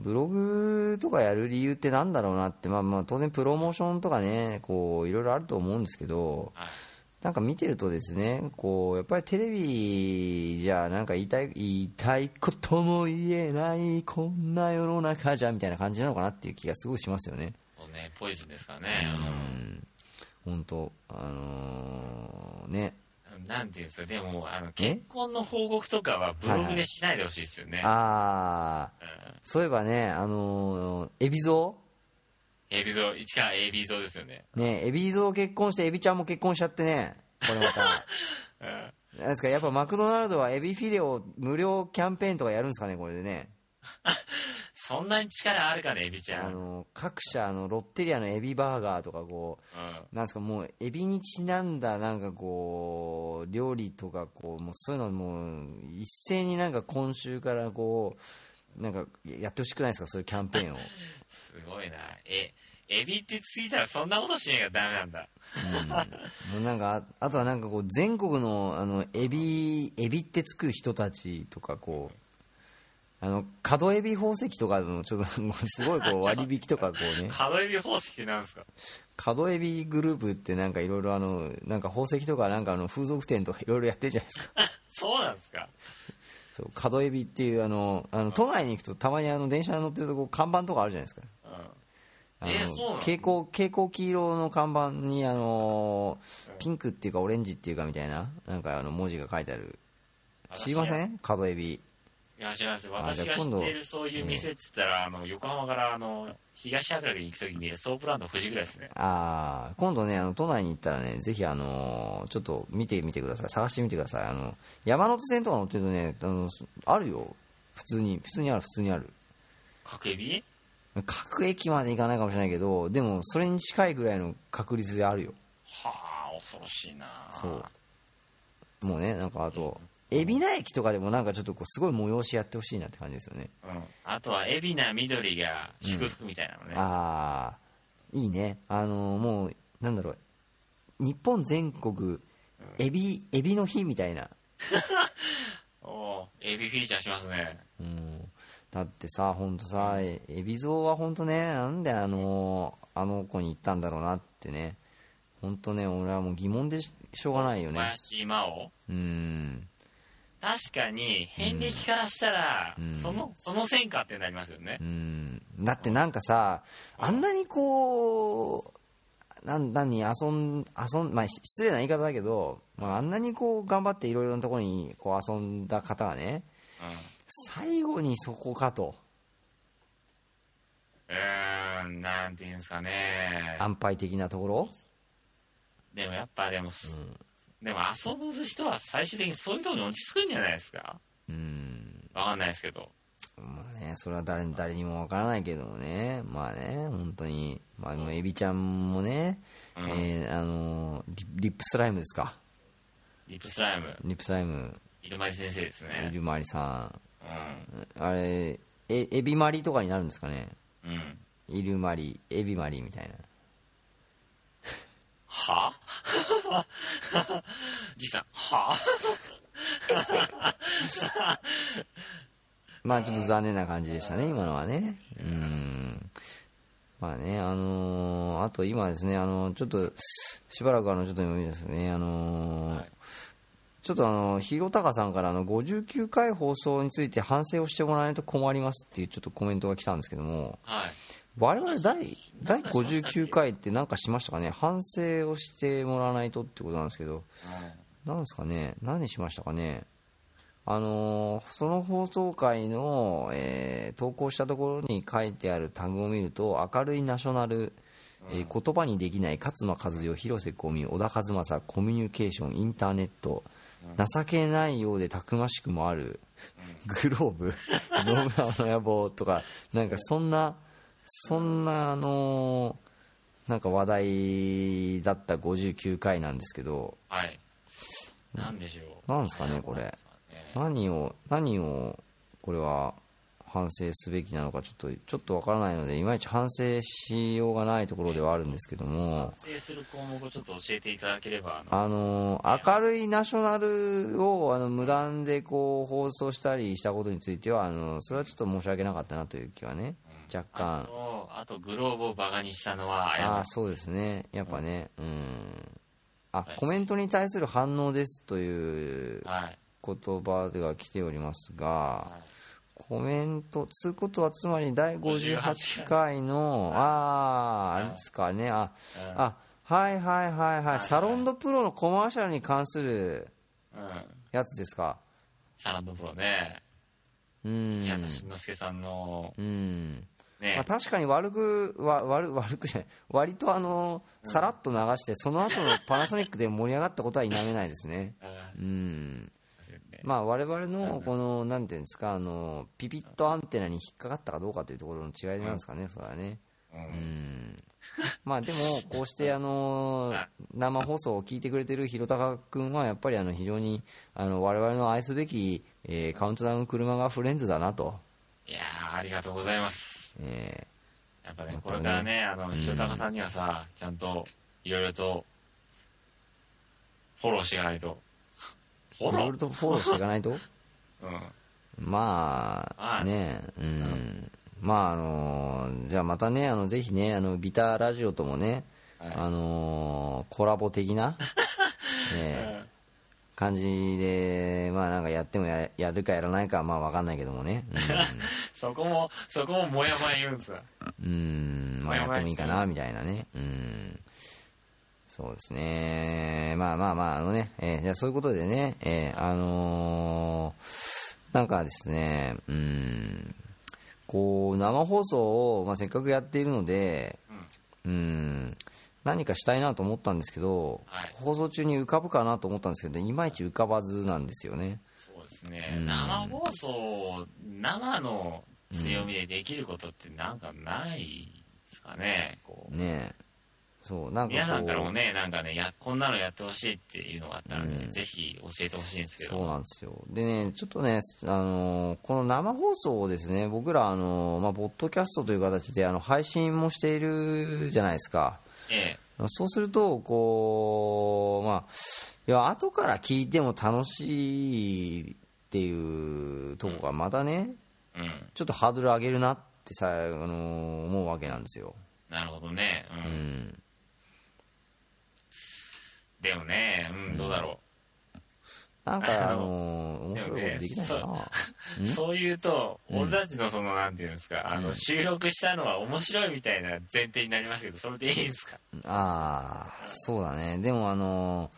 [SPEAKER 2] ブログとかやる理由ってなんだろうなって、まあ、まあ当然プロモーションとかねこういろいろあると思うんですけど
[SPEAKER 1] はい。
[SPEAKER 2] なんか見てるとですねこうやっぱりテレビじゃなんか言いたい言いたいことも言えないこんな世の中じゃみたいな感じなのかなっていう気がすごいしますよね
[SPEAKER 1] そうね、ポイズンですからね。
[SPEAKER 2] 本当あのーね
[SPEAKER 1] うんなんていうんですか、でも、あの、結婚の報告とかはブログでしないでほしいですよね。
[SPEAKER 2] ああそういえばねあのー、海老蔵
[SPEAKER 1] エビゾウ、一からエビゾウですよね。
[SPEAKER 2] ねえエビゾウ結婚してエビちゃんも結婚しちゃってねこれまた
[SPEAKER 1] うん。
[SPEAKER 2] なんですかやっぱマクドナルドはエビフィレオ無料キャンペーンとかやるんですかねこれでね
[SPEAKER 1] そんなに力あるかね、エビちゃん。
[SPEAKER 2] あ
[SPEAKER 1] うん。
[SPEAKER 2] の各社あのロッテリアのエビバーガーとかこうなんですかもうエビにちなんだなんかこう料理とかこうもうそういうのもう一斉になんか今週からこうなんかやってほしくないですかそういうキャンペーンを
[SPEAKER 1] すごいな。え、エビってついたらそんなことしなきゃダメなんだ。
[SPEAKER 2] もうなんかああとはなんかこう全国のあのエビエビってつく人たちとかこうあの角エビ宝石とかのちょっともうすごい こう割引とかこうね
[SPEAKER 1] カドエビ方式ってなんですか
[SPEAKER 2] 角エビグループってなんかいろいろあのなんか宝石とかなんかあの風俗店とかいろいろやってるじゃないですか
[SPEAKER 1] そうなんですか
[SPEAKER 2] そう角エビっていうあのあの都内に行くとたまにあの電車に乗ってるとこう看板とかあるじゃないですか
[SPEAKER 1] うん。
[SPEAKER 2] あの
[SPEAKER 1] えーそうなの
[SPEAKER 2] 蛍光蛍光黄色の看板にあのピンクっていうかオレンジっていうかみたいななんかあの文字が書いてある知りませ
[SPEAKER 1] ん
[SPEAKER 2] ん角エビ
[SPEAKER 1] いや、知らないです。
[SPEAKER 2] あ
[SPEAKER 1] 私
[SPEAKER 2] じゃ
[SPEAKER 1] が
[SPEAKER 2] あ
[SPEAKER 1] 知
[SPEAKER 2] 今度
[SPEAKER 1] ってるそういう店っつったら、あの、横浜から、あの、東桜木に行くときに、ソープランド富士ぐらいですね。
[SPEAKER 2] ああ今度ねあの都内に行ったらねぜひあのーちょっと見てみてください探してみてくださいあの山手線とか乗ってるとねあのあるよ普通に普通にある普通にある
[SPEAKER 1] 角エビ
[SPEAKER 2] 各駅まで行かないかもしれないけどでもそれに近いぐらいの確率であるよ
[SPEAKER 1] はあ、恐ろしいな
[SPEAKER 2] そうもうねなんかあと海老名駅とかでもなんかちょっとこうすごい催しやってほしいなって感じですよね
[SPEAKER 1] うん。あとは、海老名緑が祝福みたいなのね。
[SPEAKER 2] ああいいねあのーもうなんだろう日本全国エビエビの日みたいな
[SPEAKER 1] おーエビフィーチャーしますね。
[SPEAKER 2] うんだってさ本当さえ海老蔵は本当ねなんであのあの子に行ったんだろうなってね本当ね俺はもう疑問でししょうがないよ
[SPEAKER 1] 小
[SPEAKER 2] ね
[SPEAKER 1] 林真央
[SPEAKER 2] うん
[SPEAKER 1] 確かに、遍歴からしたら、
[SPEAKER 2] ん
[SPEAKER 1] その、その戦果ってなりますよね
[SPEAKER 2] う。んだってなんかさあんなにこうなん何遊ん遊んまあし失礼な言い方だけど、まあ、あんなにこう頑張っていろいろなところにこう遊んだ方はね
[SPEAKER 1] うん。
[SPEAKER 2] 最後にそこかと
[SPEAKER 1] うーん、なんていうんですかね。
[SPEAKER 2] 安牌的なところ
[SPEAKER 1] でもやっぱ、でもす、でも遊ぶ人は最終的にそういうところに落ち着くんじゃないですか
[SPEAKER 2] うん
[SPEAKER 1] わかんないですけど。
[SPEAKER 2] まあね、それは誰誰にもわからないけどもね、まあね、本当に、まあ、でもエビちゃんもね、
[SPEAKER 1] うん
[SPEAKER 2] えーあのリ、リップスライムですか、
[SPEAKER 1] リップスライム、
[SPEAKER 2] リップスライム、
[SPEAKER 1] 井戸前先生です
[SPEAKER 2] エ
[SPEAKER 1] ね。
[SPEAKER 2] ビマリさ
[SPEAKER 1] うん。
[SPEAKER 2] ん、あれ、えエビマリとかになるんですかね、
[SPEAKER 1] うん。
[SPEAKER 2] イルマリ、エビマリみたいな、
[SPEAKER 1] は じいさん、は
[SPEAKER 2] まあちょっと残念な感じでしたね、今のはね。うんまあね、あのーあと今ですね、あのーちょっと、しばらくあの、ちょっと今ですね、あのー
[SPEAKER 1] はい
[SPEAKER 2] ちょっとあの、ひろたかさんからあの、59回放送について反省をしてもらわないと困りますっていうちょっとコメントが来たんですけども、
[SPEAKER 1] はい。
[SPEAKER 2] 我々第、
[SPEAKER 1] なん
[SPEAKER 2] 第
[SPEAKER 1] かしましたっけ
[SPEAKER 2] 59回ってなんかしましたかね反省をしてもらわないとってことなんですけど、なんですかね何しましたかねあのーその放送回の、えー投稿したところに書いてあるタグを見ると明るいナショナル、えー言葉にできない勝間和代広瀬香美小田和正コミュニケーションインターネット情けないようでたくましくもあるグローブ 信長の野望とかなんかそんなそんなあのーなんか話題だった59回なんですけど
[SPEAKER 1] はい。なんでしょう。
[SPEAKER 2] なんですかねこれ
[SPEAKER 1] なんですかね
[SPEAKER 2] 何を何をこれは反省すべきなのかちょっとちょっとわからないのでいまいち反省しようがないところではあるんですけども
[SPEAKER 1] 撮影する項目をちょっと教えていただければ、あの
[SPEAKER 2] あの明るいナショナルをあの無断でこう放送したりしたことについてはあのそれはちょっと申し訳なかったなという気はね
[SPEAKER 1] あ
[SPEAKER 2] 若干
[SPEAKER 1] と、あとグローブをバカにしたのは
[SPEAKER 2] あ
[SPEAKER 1] 謝
[SPEAKER 2] あ
[SPEAKER 1] る。
[SPEAKER 2] そうですねやっぱねうんあ
[SPEAKER 1] はい
[SPEAKER 2] コメントに対する反応ですという
[SPEAKER 1] はい。
[SPEAKER 2] 言葉が来ておりますが
[SPEAKER 1] はい
[SPEAKER 2] コメントつうことはつまり第58回のあああれですかねあ
[SPEAKER 1] うん
[SPEAKER 2] あはいはいはいはい
[SPEAKER 1] い
[SPEAKER 2] サロンドプロのコマーシャルに関する
[SPEAKER 1] うん。
[SPEAKER 2] やつですか
[SPEAKER 1] サランドプロね。
[SPEAKER 2] うん
[SPEAKER 1] 木畑慎之介さんの
[SPEAKER 2] うん
[SPEAKER 1] ね
[SPEAKER 2] まあ、確かに悪くわ悪 悪くじゃない割とあのさらっと流して、その後のパナソニックで盛り上がったことは否めないですね
[SPEAKER 1] あ
[SPEAKER 2] うん
[SPEAKER 1] ーそうですね
[SPEAKER 2] まあ我々のこのなんていうんですかあのピピットアンテナに引っかかったかどうかというところの違いなんですかねそれはね
[SPEAKER 1] う
[SPEAKER 2] うんんまあでもこうしてあ の生放送を聞いてくれてる弘隆君はやっぱりあの非常にあの我々の愛すべきえーカウントダウン車がフレンズだなと
[SPEAKER 1] いやーありがとうございます
[SPEAKER 2] え
[SPEAKER 1] やっぱ
[SPEAKER 2] ま
[SPEAKER 1] ね
[SPEAKER 2] たね
[SPEAKER 1] これからねあのひろたかさんにはさちゃんといろいろとフォローしていかないとフ
[SPEAKER 2] ーい
[SPEAKER 1] ォ
[SPEAKER 2] ろ
[SPEAKER 1] ロ
[SPEAKER 2] いろ
[SPEAKER 1] ー
[SPEAKER 2] とフォローしていかないと
[SPEAKER 1] うん
[SPEAKER 2] ま
[SPEAKER 1] ま
[SPEAKER 2] あ
[SPEAKER 1] あ
[SPEAKER 2] ねうんまああのーじゃあまたねあのぜひねあのビターラジオともね、
[SPEAKER 1] はい
[SPEAKER 2] あのーコラボ的 な、ね
[SPEAKER 1] うん
[SPEAKER 2] 感じでまあなんかやってもややるかやらないかはまあわかんないけどもね
[SPEAKER 1] そこもそこももやもや言うんですわ
[SPEAKER 2] うん、うんま
[SPEAKER 1] ま
[SPEAKER 2] あや
[SPEAKER 1] あ
[SPEAKER 2] ってもいいかなみたいなねうんそうですねまあまあまああのね、えーじゃあそういうことでね、えーあのーなんかですねうんこう生放送を、まあ、せっかくやっているので
[SPEAKER 1] うん
[SPEAKER 2] うん何かしたいなと思ったんですけど、
[SPEAKER 1] はい
[SPEAKER 2] 放送中に浮かぶかなと思ったんですけどいまいち浮かばずなんですよね
[SPEAKER 1] そうですね生放送生の強みでできることってなんかないですかねこう
[SPEAKER 2] ねえそうなんかこう
[SPEAKER 1] 皆さんからもねなんかねやこんなのやってほしいっていうのがあったらね、
[SPEAKER 2] うん
[SPEAKER 1] ぜひ教えてほしいんですけど
[SPEAKER 2] そうなんですよでねちょっとね、あのーこの生放送をですね僕ら、あのーまあ、ポッドキャストという形であの配信もしているじゃないですか
[SPEAKER 1] え
[SPEAKER 2] そうするとこうまあいや後から聞いても楽しいっていうとこがまたね
[SPEAKER 1] えうん
[SPEAKER 2] ちょっとハードル上げるなってさ、あのー思うわけなんですよ
[SPEAKER 1] なるほどねうん、
[SPEAKER 2] うん
[SPEAKER 1] でもねうんどうだろ
[SPEAKER 2] なんか、あのー面白いことできないか
[SPEAKER 1] で
[SPEAKER 2] な、
[SPEAKER 1] もう、そう言うと俺たちのそのなんていうんですかあの、収録したのは面白いみたいな前提になりますけどそれでいいんですか
[SPEAKER 2] ああそうだねでもあのー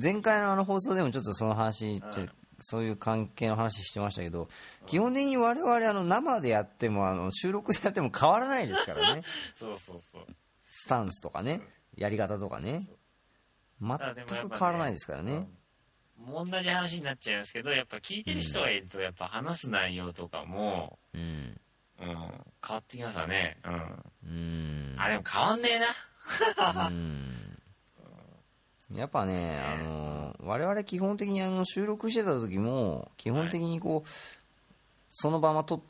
[SPEAKER 2] 前回のあの放送でもちょっとその話、ちょそういう関係の話してましたけど、基本的に我々あの生でやってもあの収録でやっても変わらないですからね
[SPEAKER 1] そうそうそう
[SPEAKER 2] スタンスとかねやり方とかね全
[SPEAKER 1] ただでもやっぱね
[SPEAKER 2] く変わらないですからね
[SPEAKER 1] 同じ話になっちゃいますけどやっぱ聞いてる人がいるとやっぱ話す内容とかも、
[SPEAKER 2] うん
[SPEAKER 1] うん、変わってきますわねうん
[SPEAKER 2] うん
[SPEAKER 1] あでも変わんねえな
[SPEAKER 2] うんやっぱね、あの我々基本的にあの収録してた時も基本的にこう、そのまま撮っ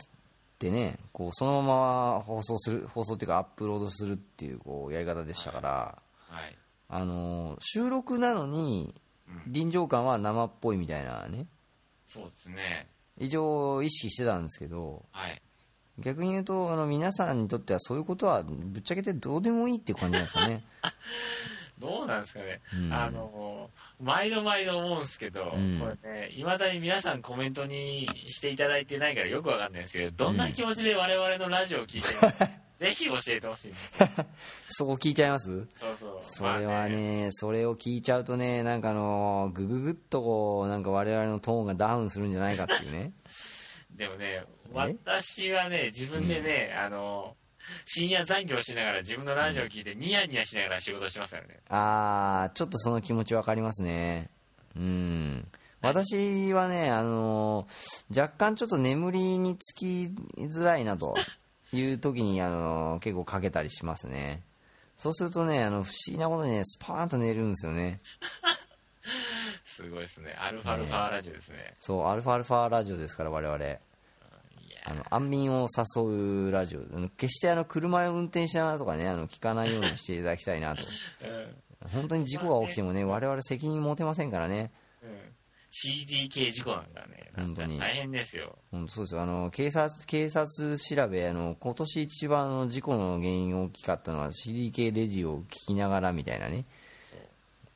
[SPEAKER 2] てねこうそのまま放送する放送っていうかアップロードするっていうこうやり方でしたから、
[SPEAKER 1] はい
[SPEAKER 2] あの収録なのに臨場感は生っぽいみたいなね
[SPEAKER 1] そうですね
[SPEAKER 2] 一応意識してたんですけど
[SPEAKER 1] はい
[SPEAKER 2] 逆に言うとあの皆さんにとってはそういうことはぶっちゃけてどうでもいいっていう感じなんです かね。
[SPEAKER 1] どうなんですかね、
[SPEAKER 2] うん
[SPEAKER 1] あの毎度毎度思うんですけど、
[SPEAKER 2] うん
[SPEAKER 1] これねいまだに皆さんコメントにしていただいてないからよくわかんないですけどどんな気持ちで我々のラジオを聞いてるのか、ぜひ教えてほしいんです
[SPEAKER 2] そこ聞いちゃいます
[SPEAKER 1] そうそう
[SPEAKER 2] それ
[SPEAKER 1] ま
[SPEAKER 2] は
[SPEAKER 1] あ
[SPEAKER 2] ね、それを聞いちゃうとね、なんかあの、ぐぐぐっとこう、なんか我々のトーンがダウンするんじゃないかってい うね。
[SPEAKER 1] でもね私はね自分でね、あの深夜残業しながら自分のラジオを聞いてニヤニヤしながら仕事しますからね
[SPEAKER 2] あー、ちょっとその気持ちわかりますね。うん。私はね、あの、若干ちょっと眠りにつきづらいなという時に、あの、結構かけたりしますね。そうするとね、あの、不思議なことにね、スパーンと寝るんですよね。
[SPEAKER 1] すごいですねアルファルファラジオですね
[SPEAKER 2] そう、アルファアルファラジオですから、我々。
[SPEAKER 1] い
[SPEAKER 2] あの安眠を誘うラジオあの決してあの車を運転しながらとかねあの聞かないようにしていただきたいなと
[SPEAKER 1] や、うん
[SPEAKER 2] 本当に事故が起きてもね我々責任持てませんからね
[SPEAKER 1] うん CDK 事故なんだねなんか
[SPEAKER 2] 本当に
[SPEAKER 1] 大変ですよ
[SPEAKER 2] 本当そうですよあの警察警察調べあの今年一番あの事故の原因大きかったのは CDK レジを聞きながらみたいなね
[SPEAKER 1] そう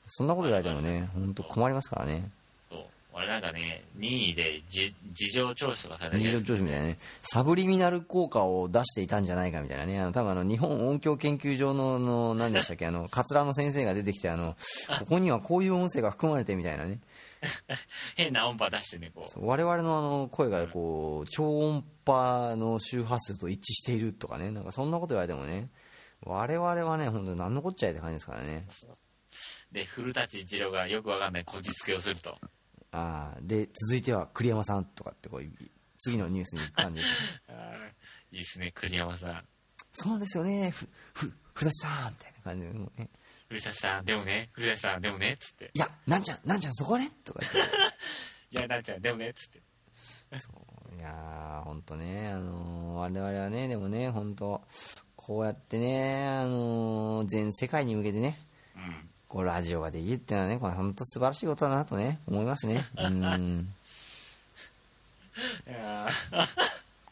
[SPEAKER 2] そんなこと言われてもね本当困りますからね
[SPEAKER 1] そう俺なんかね任意でじ事情聴取とかされてる
[SPEAKER 2] 日
[SPEAKER 1] や
[SPEAKER 2] 常
[SPEAKER 1] つ
[SPEAKER 2] 聴取みたいなね、サブリミナル効果を出していたんじゃないかみたいなね、あの多分あの日本音響研究所の、の何でしたっけ、あの桂の先生が出てきてあの、ここにはこういう音声が含まれてみたいなね、
[SPEAKER 1] 変な音波出してねこう
[SPEAKER 2] 我々のあの声がこう超音波の周波数と一致しているとかね、なんかそんなこと言われてもね、我々はね、本当、何のこっちゃいって感じですからね。
[SPEAKER 1] で古舘一郎がよくわかんないこじつけをする と
[SPEAKER 2] あーで、続いては栗山さんとかってこう、次のニュースに行く感じです。
[SPEAKER 1] あーいいっすね栗山さん
[SPEAKER 2] そうですよね、ふ、ふ、古舘さんみたいな感じで、もうね、
[SPEAKER 1] 古舘さんでもね古舘さんでもねっつって
[SPEAKER 2] いや、なんちゃん、なんちゃんそこねとか言って。
[SPEAKER 1] いやなんちゃんでもねっつって
[SPEAKER 2] そういやー、ほんとね、あのー我々はね、でもね、ほんと、こうやってね、あのー全世界に向けてね、
[SPEAKER 1] うん
[SPEAKER 2] こうラジオができるっていうのはね、これほんと素晴らしいことだなとね、思い ますね。うーん。
[SPEAKER 1] いや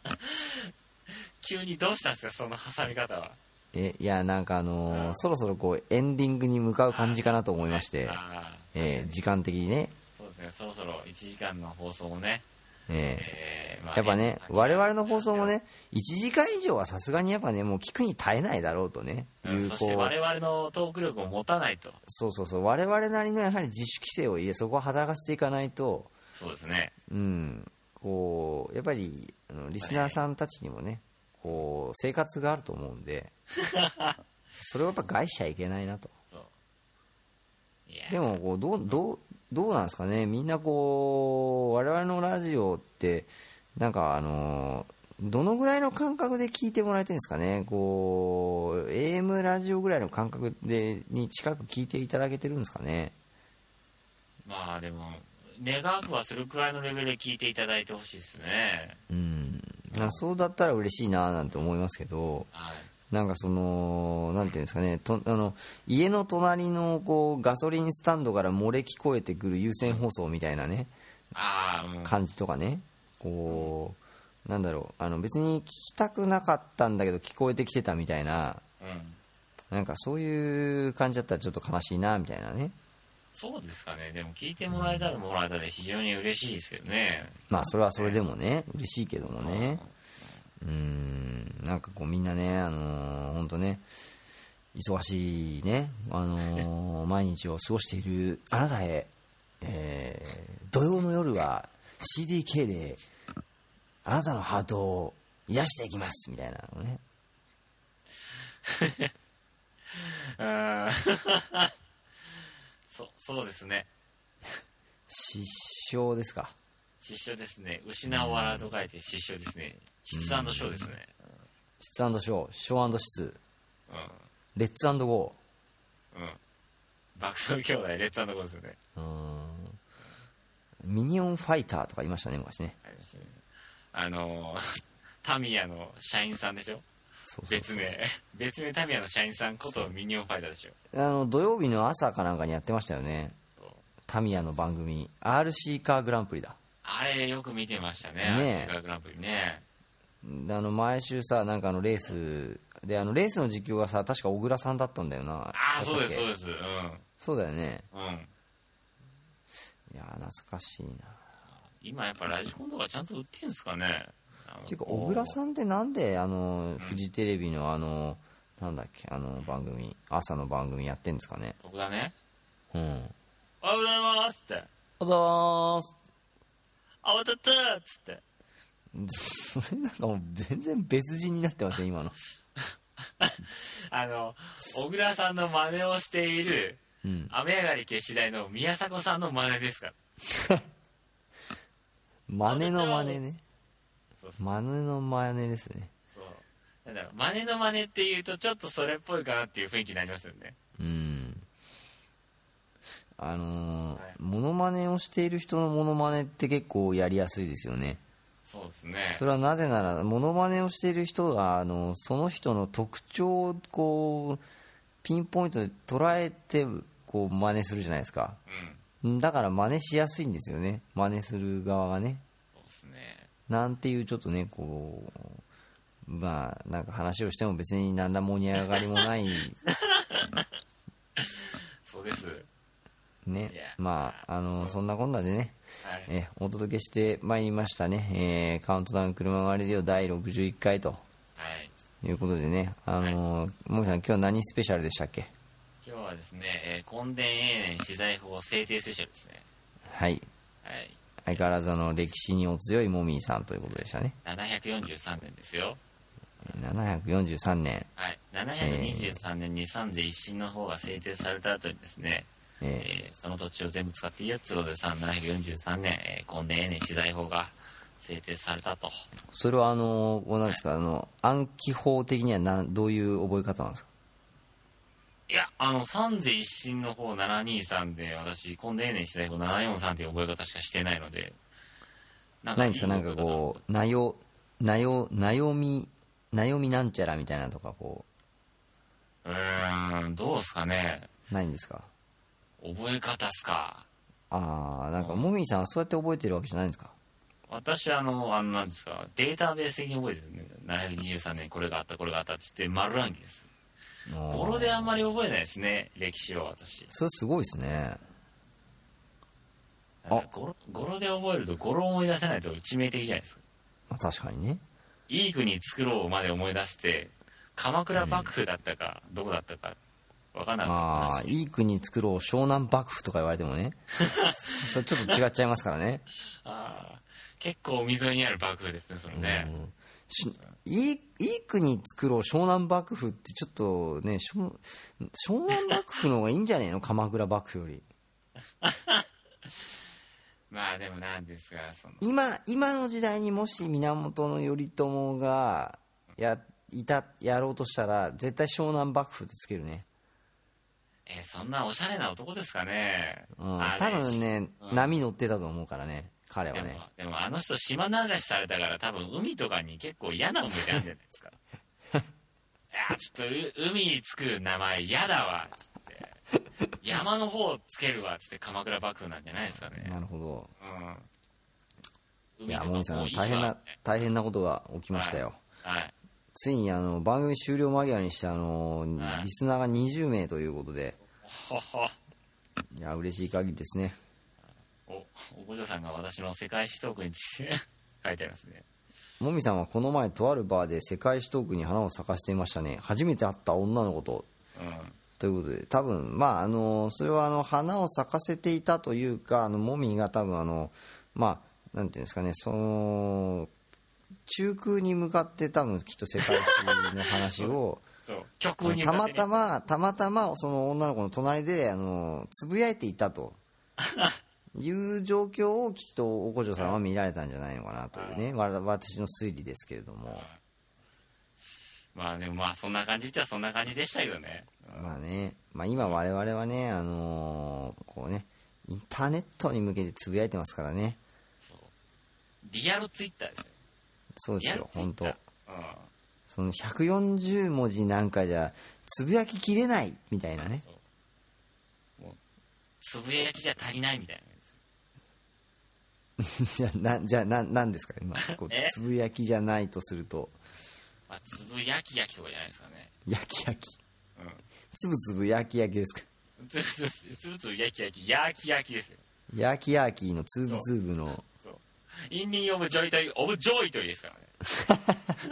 [SPEAKER 1] ー 急にどうしたんですかその挟み方は
[SPEAKER 2] え、いや、なんかあのー
[SPEAKER 1] うん
[SPEAKER 2] そろそろこう、エンディングに向かう感じかなと思いまして、
[SPEAKER 1] あー
[SPEAKER 2] えー時間的にね、
[SPEAKER 1] そうですねそろそろ1時間の放送をね、
[SPEAKER 2] えー
[SPEAKER 1] えーまあ
[SPEAKER 2] やっぱね、我々の放送もね、1時間以上はさすがにやっぱね、もう聞くに耐えないだろうとね、
[SPEAKER 1] うん
[SPEAKER 2] いう、
[SPEAKER 1] そし
[SPEAKER 2] こ
[SPEAKER 1] て
[SPEAKER 2] う、
[SPEAKER 1] 我々のトーク力を持たないと
[SPEAKER 2] そうそうそう、我々なりのやはり自主規制を入れ、そこは働かせていかないと、
[SPEAKER 1] そうですね
[SPEAKER 2] うん、こう、やっぱり、あのリスナーさんたちにもね、こう、生活があると思うんで、それをやっぱ害しちゃいけないなと。
[SPEAKER 1] そうい
[SPEAKER 2] で
[SPEAKER 1] や
[SPEAKER 2] もこうどう、どう、どうなんですかね、みんなこう、我々のラジオって、なんかあのどのぐらいの感覚で聞いてもらえてるんですかね、こう、AM ラジオぐらいの感覚でに近く聞いていただけてるんですかね。
[SPEAKER 1] まあでも願わくはするくらいのレベルで聞いていただいてほしいですね
[SPEAKER 2] うん、なそうだったら嬉しいななんて思いますけど
[SPEAKER 1] はい
[SPEAKER 2] なんかそのなんていうんですかねとあの家の隣のこうガソリンスタンドから漏れ聞こえてくる有線放送みたいなね
[SPEAKER 1] ああもう
[SPEAKER 2] 感じとかねこうなんだろうあの別に聞きたくなかったんだけど聞こえてきてたみたいな
[SPEAKER 1] うん
[SPEAKER 2] なんかそういう感じだったらちょっと悲しいなみたいなね
[SPEAKER 1] そうですかねでも聞いてもらえたらもらえたで非常に嬉しいですけどね
[SPEAKER 2] まあそれはそれでもね嬉しいけどもねうーんなんかこうみんなねあの本当ね忙しいね あのー毎日を過ごしているあなたへ、えー土曜の夜は CDK であなたのハートを癒していきますみたいなのね
[SPEAKER 1] うん そうそうですね
[SPEAKER 2] 失笑ですか
[SPEAKER 1] 失笑ですね失う笑うと書いて失笑ですね失笑ですね
[SPEAKER 2] 質ショーショー質
[SPEAKER 1] うん
[SPEAKER 2] レッツゴー
[SPEAKER 1] うん爆走兄弟レッツゴーですよね
[SPEAKER 2] うーんミニオンファイターとか言いましたね昔ね
[SPEAKER 1] ありますねあのー タミヤの社員さんでしょ
[SPEAKER 2] そうそう
[SPEAKER 1] 別名別名タミヤの社員さんことミニオンファイターでしょ
[SPEAKER 2] あの土曜日の朝かなんかにやってましたよね
[SPEAKER 1] そう
[SPEAKER 2] タミヤの番組 RC カーグランプリだ
[SPEAKER 1] あれよく見てましたね
[SPEAKER 2] ねえ
[SPEAKER 1] アジアグランプリね
[SPEAKER 2] であの毎週さなんかあのレースであのレースの実況がさ確か小倉さんだったんだよな
[SPEAKER 1] ああそうですそう
[SPEAKER 2] だったっけ
[SPEAKER 1] ですうん
[SPEAKER 2] そうだよね
[SPEAKER 1] うん
[SPEAKER 2] いやー懐かしいな
[SPEAKER 1] 今やっぱラジコンとかちゃんと売ってんすかね
[SPEAKER 2] ていうか小倉
[SPEAKER 1] ん
[SPEAKER 2] さんってなんであのフジテレビのあのなんだっけあの番組朝の番組やってんですかね
[SPEAKER 1] ここだね
[SPEAKER 2] うんあ
[SPEAKER 1] おはようございますって
[SPEAKER 2] ざます
[SPEAKER 1] 慌ててーっつって
[SPEAKER 2] それなんかもう全然別人になってません今の
[SPEAKER 1] あの小倉さんの真似をしている
[SPEAKER 2] うん
[SPEAKER 1] 雨上がり決死台の宮迫さんの真似ですから
[SPEAKER 2] 真似の真似ね
[SPEAKER 1] そうそう
[SPEAKER 2] 真似の真似ですね
[SPEAKER 1] そうなんだろう真似の真似っていうとちょっとそれっぽいかなっていう雰囲気になりますよね
[SPEAKER 2] うんあのー
[SPEAKER 1] はい
[SPEAKER 2] モノマネをしている人のモノマネって結構やりやすいですよね
[SPEAKER 1] そうですね
[SPEAKER 2] それはなぜならモノマネをしている人があのその人の特徴をこうピンポイントで捉えてこう真似するじゃないですか
[SPEAKER 1] うん
[SPEAKER 2] だから真似しやすいんですよね真似する側がね
[SPEAKER 1] そうですね
[SPEAKER 2] なんていうちょっとねこうまあなんか話をしても別に何ら盛り上がりもない
[SPEAKER 1] そうです
[SPEAKER 2] ね
[SPEAKER 1] いや、
[SPEAKER 2] まあ、あのそんなこんなでね、
[SPEAKER 1] はい、
[SPEAKER 2] えお届けしてまいりましたね、えーカウントダウン車回りでよ第61回と
[SPEAKER 1] はい、
[SPEAKER 2] いうことでね、あのもみさん、今日何スペシャルでしたっけ
[SPEAKER 1] 今日はですね、えー、根田永年資材法制定スペシャルですね。
[SPEAKER 2] はい、
[SPEAKER 1] はい。
[SPEAKER 2] 相変わらずあの歴史にお強いモミーさんということでしたね、
[SPEAKER 1] 743年ですよ。
[SPEAKER 2] 743年、
[SPEAKER 1] はい。723年に三税一新の方が制定された後にですね、え
[SPEAKER 2] え
[SPEAKER 1] ーその土地を全部使っていいやつことでさ、743年、えー、根田永年資材法が制定されたと。
[SPEAKER 2] ーそれはあのこうなんですか、あの暗記法的にはなんどういう覚え方なんですか
[SPEAKER 1] いや、あの、三税一新の方723で、私、根田永年資材法743っていう覚え方しかしてないので、な
[SPEAKER 2] ないんですか、なんかこう、なよ、なよ、なよみ、なよみなんちゃらみたいなのとか、こ
[SPEAKER 1] う。うーん、どうですかね。
[SPEAKER 2] う、ないんですか
[SPEAKER 1] 覚え方っすか。
[SPEAKER 2] ああなんかもみーさんはそうやって覚えてるわけじゃないんですか
[SPEAKER 1] 私あの、あの、なんですか、データベース的に覚えてるね。723年これがあった、これがあったっつって丸暗記です。語呂であんまり覚えないですね、歴史を私。
[SPEAKER 2] それすごいですね
[SPEAKER 1] なんか語呂語呂で覚えると語呂を思い出せないと致命的じゃないですか。
[SPEAKER 2] まあ確かにね
[SPEAKER 1] いい国作ろうまで思い出して、鎌倉幕府だったか、どこだったか、わかんなかった
[SPEAKER 2] ああいい国作ろう湘南幕府とか言われてもね それちょっと違っちゃいますからね
[SPEAKER 1] あー結構海沿いにある幕府ですね、それね。
[SPEAKER 2] しいいいい国作ろう湘南幕府ってちょっとねしょ湘南幕府の方がいいんじゃねえの 鎌倉幕府より
[SPEAKER 1] まあでもなんですが、その、
[SPEAKER 2] 今今の時代にもし源頼朝がやいたやろうとしたら絶対湘南幕府ってつけるね
[SPEAKER 1] えーそんなおしゃれな男ですかね。
[SPEAKER 2] うん
[SPEAKER 1] あー
[SPEAKER 2] 多分ね、
[SPEAKER 1] うん
[SPEAKER 2] 波乗ってたと思うからね彼
[SPEAKER 1] で
[SPEAKER 2] は
[SPEAKER 1] も
[SPEAKER 2] ね、
[SPEAKER 1] でもあの人島流しされたから多分海とかに結構嫌な思い出あるんじゃない ですか。いや、ちょっとう海につく名前嫌だわ、つって。山の方つけるわ、つって鎌倉幕府なんじゃないですかね。
[SPEAKER 2] なるほど
[SPEAKER 1] うん。
[SPEAKER 2] いや
[SPEAKER 1] 海
[SPEAKER 2] もみ
[SPEAKER 1] とか
[SPEAKER 2] さ
[SPEAKER 1] も
[SPEAKER 2] ん
[SPEAKER 1] ういいわ
[SPEAKER 2] 大変な。大変なことが起きましたよ、
[SPEAKER 1] はい。
[SPEAKER 2] ついにあの番組終了間際にしてあの
[SPEAKER 1] はい
[SPEAKER 2] リスナーが20名ということで
[SPEAKER 1] ほほ。
[SPEAKER 2] いや嬉しい限りですね
[SPEAKER 1] お、おご嬢さんが私の世界史トークについて書いてありますね。
[SPEAKER 2] もみさんはこの前とあるバーで世界史トークに花を咲かしていましたね初めて会った女の子と
[SPEAKER 1] うん。
[SPEAKER 2] ということで多分まああのそれはあの花を咲かせていたというかあのもみが多分あのまあなんていうんですかねその中空に向かって多分きっと世界史の話を
[SPEAKER 1] そう。
[SPEAKER 2] あの
[SPEAKER 1] 曲に
[SPEAKER 2] たまた
[SPEAKER 1] ま。
[SPEAKER 2] またまたまその女の子の隣であのつぶやいてい たという状況をきっとおこじょさんは見られたんじゃないのかなというねわ私の推理ですけれども
[SPEAKER 1] まあでもまあそんな感じっちゃそんな感じでしたけどね。
[SPEAKER 2] まあね、まあ、今我々はね、あのーこうね、インターネットに向けてつぶやいてますからね。
[SPEAKER 1] そう。リアルツイッターですね。
[SPEAKER 2] そうで
[SPEAKER 1] リア
[SPEAKER 2] す
[SPEAKER 1] ル
[SPEAKER 2] よ、
[SPEAKER 1] ツイッ
[SPEAKER 2] 本
[SPEAKER 1] タ
[SPEAKER 2] 当
[SPEAKER 1] ー。
[SPEAKER 2] その140文字なんかじゃ、つぶやききれないみたいな
[SPEAKER 1] うん。
[SPEAKER 2] ね。
[SPEAKER 1] そう。もう、つぶやきじゃ足りないみたいなんですよ。
[SPEAKER 2] じゃあ、な、じゃあ、な、なんですか今、こう
[SPEAKER 1] え
[SPEAKER 2] つぶやきじゃないとすると、
[SPEAKER 1] まあ、つぶやきやきとかじゃないですかね。
[SPEAKER 2] 焼き焼き。
[SPEAKER 1] う
[SPEAKER 2] つぶつぶ焼き焼きですか。
[SPEAKER 1] ん。つぶつぶ、つぶつぶやきやき、やきやきですよ。
[SPEAKER 2] 焼き焼きのつぶつぶの、
[SPEAKER 1] そう。インディオブジョイトイ、オブジョイトイですからね。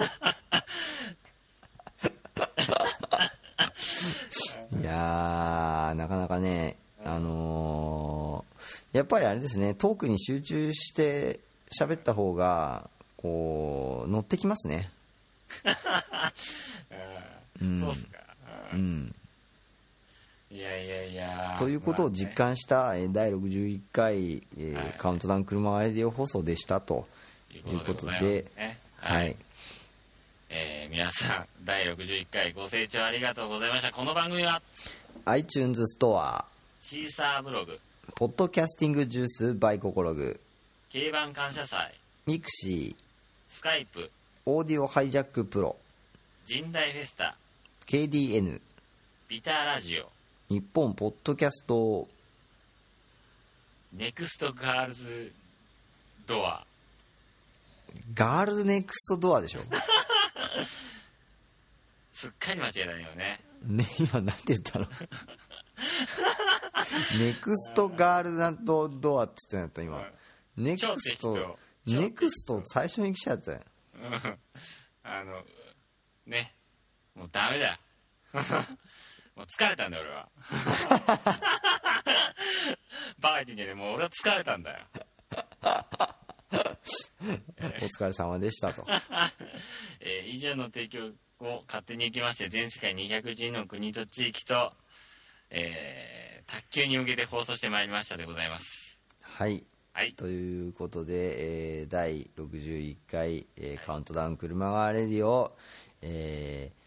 [SPEAKER 2] いやー、なかなかね、あのーやっぱりあれですね、トークに集中して喋った方が、こう、乗ってきますね。
[SPEAKER 1] うん。そうっすか。う
[SPEAKER 2] うんん。
[SPEAKER 1] いやいやいや。
[SPEAKER 2] ということを実感した、えー第61回、えー
[SPEAKER 1] はい
[SPEAKER 2] カウントダウン車レディオ放送でしたと。
[SPEAKER 1] まあねいうことでございますね。
[SPEAKER 2] は。い。
[SPEAKER 1] えー皆さん、第61回ご清聴ありがとうございました。この番組は、
[SPEAKER 2] iTunes ストア、
[SPEAKER 1] シーサーブログ、
[SPEAKER 2] ポッドキャスティングジュースバイココログ、
[SPEAKER 1] 競馬感謝祭、
[SPEAKER 2] ミクシー、
[SPEAKER 1] スカイプ、
[SPEAKER 2] オーディオハイジャックプロ、
[SPEAKER 1] 神代フェスタ、
[SPEAKER 2] KDN、
[SPEAKER 1] ビターラジオ、
[SPEAKER 2] 日本ポッドキャスト
[SPEAKER 1] ネクストガールズドア、
[SPEAKER 2] ガールズネクストドアでしょ。
[SPEAKER 1] すっかり間違えたね、今ね。
[SPEAKER 2] ね、今なんて言ったのネクストガールランドドアって言ってんやった今、ネ
[SPEAKER 1] 超
[SPEAKER 2] ク
[SPEAKER 1] 適
[SPEAKER 2] ス
[SPEAKER 1] 当
[SPEAKER 2] ト
[SPEAKER 1] 超適当
[SPEAKER 2] ネクスト最初に来ちゃったよ
[SPEAKER 1] うんあのねもうダメだ もう疲れたんだよ俺は バカ言ってんじゃねえもう俺は疲れたんだよ
[SPEAKER 2] お疲れ様でしたと
[SPEAKER 1] えー以上の提供を勝手に行きまして全世界212の国と地域と、えー卓球に向けて放送してまいりましたでございます
[SPEAKER 2] はい
[SPEAKER 1] はい
[SPEAKER 2] ということで、えー第61回、えーカウントダウン車側レディオ」えー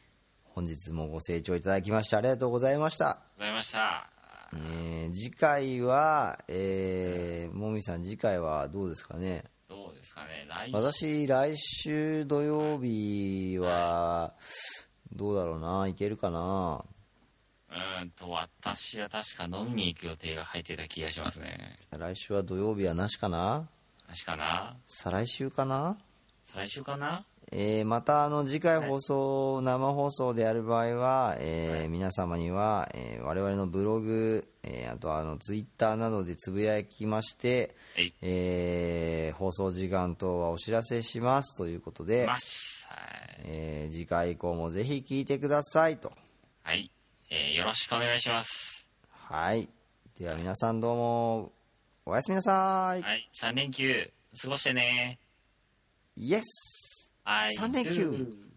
[SPEAKER 2] 本日もご清聴いただきましてありがとうございました、
[SPEAKER 1] ございました
[SPEAKER 2] えー次回は、えーもみさん次回はどうですかね
[SPEAKER 1] どうですかね来週
[SPEAKER 2] 私来週土曜日はどうだろうないけるかな
[SPEAKER 1] うーんと私は確か飲みに行く予定が入ってた気がしますね
[SPEAKER 2] 来週は土曜日はなしかな
[SPEAKER 1] 確かな
[SPEAKER 2] 再来週かな
[SPEAKER 1] 最終かな
[SPEAKER 2] えーまたあの次回放送、生放送でやる場合は、えー皆様には、えー我々のブログ、えーあとはあのツイッターなどでつぶやきまして、
[SPEAKER 1] はい
[SPEAKER 2] えー放送時間等はお知らせしますということで、
[SPEAKER 1] ますはい、
[SPEAKER 2] えー次回以降もぜひ聞いてくださいと
[SPEAKER 1] はいえーよろしくお願いします
[SPEAKER 2] はいでは皆さんどうもおやすみなさい、
[SPEAKER 1] はい3連休過ごしてね
[SPEAKER 2] イエス
[SPEAKER 1] はい
[SPEAKER 2] 3連休
[SPEAKER 1] うん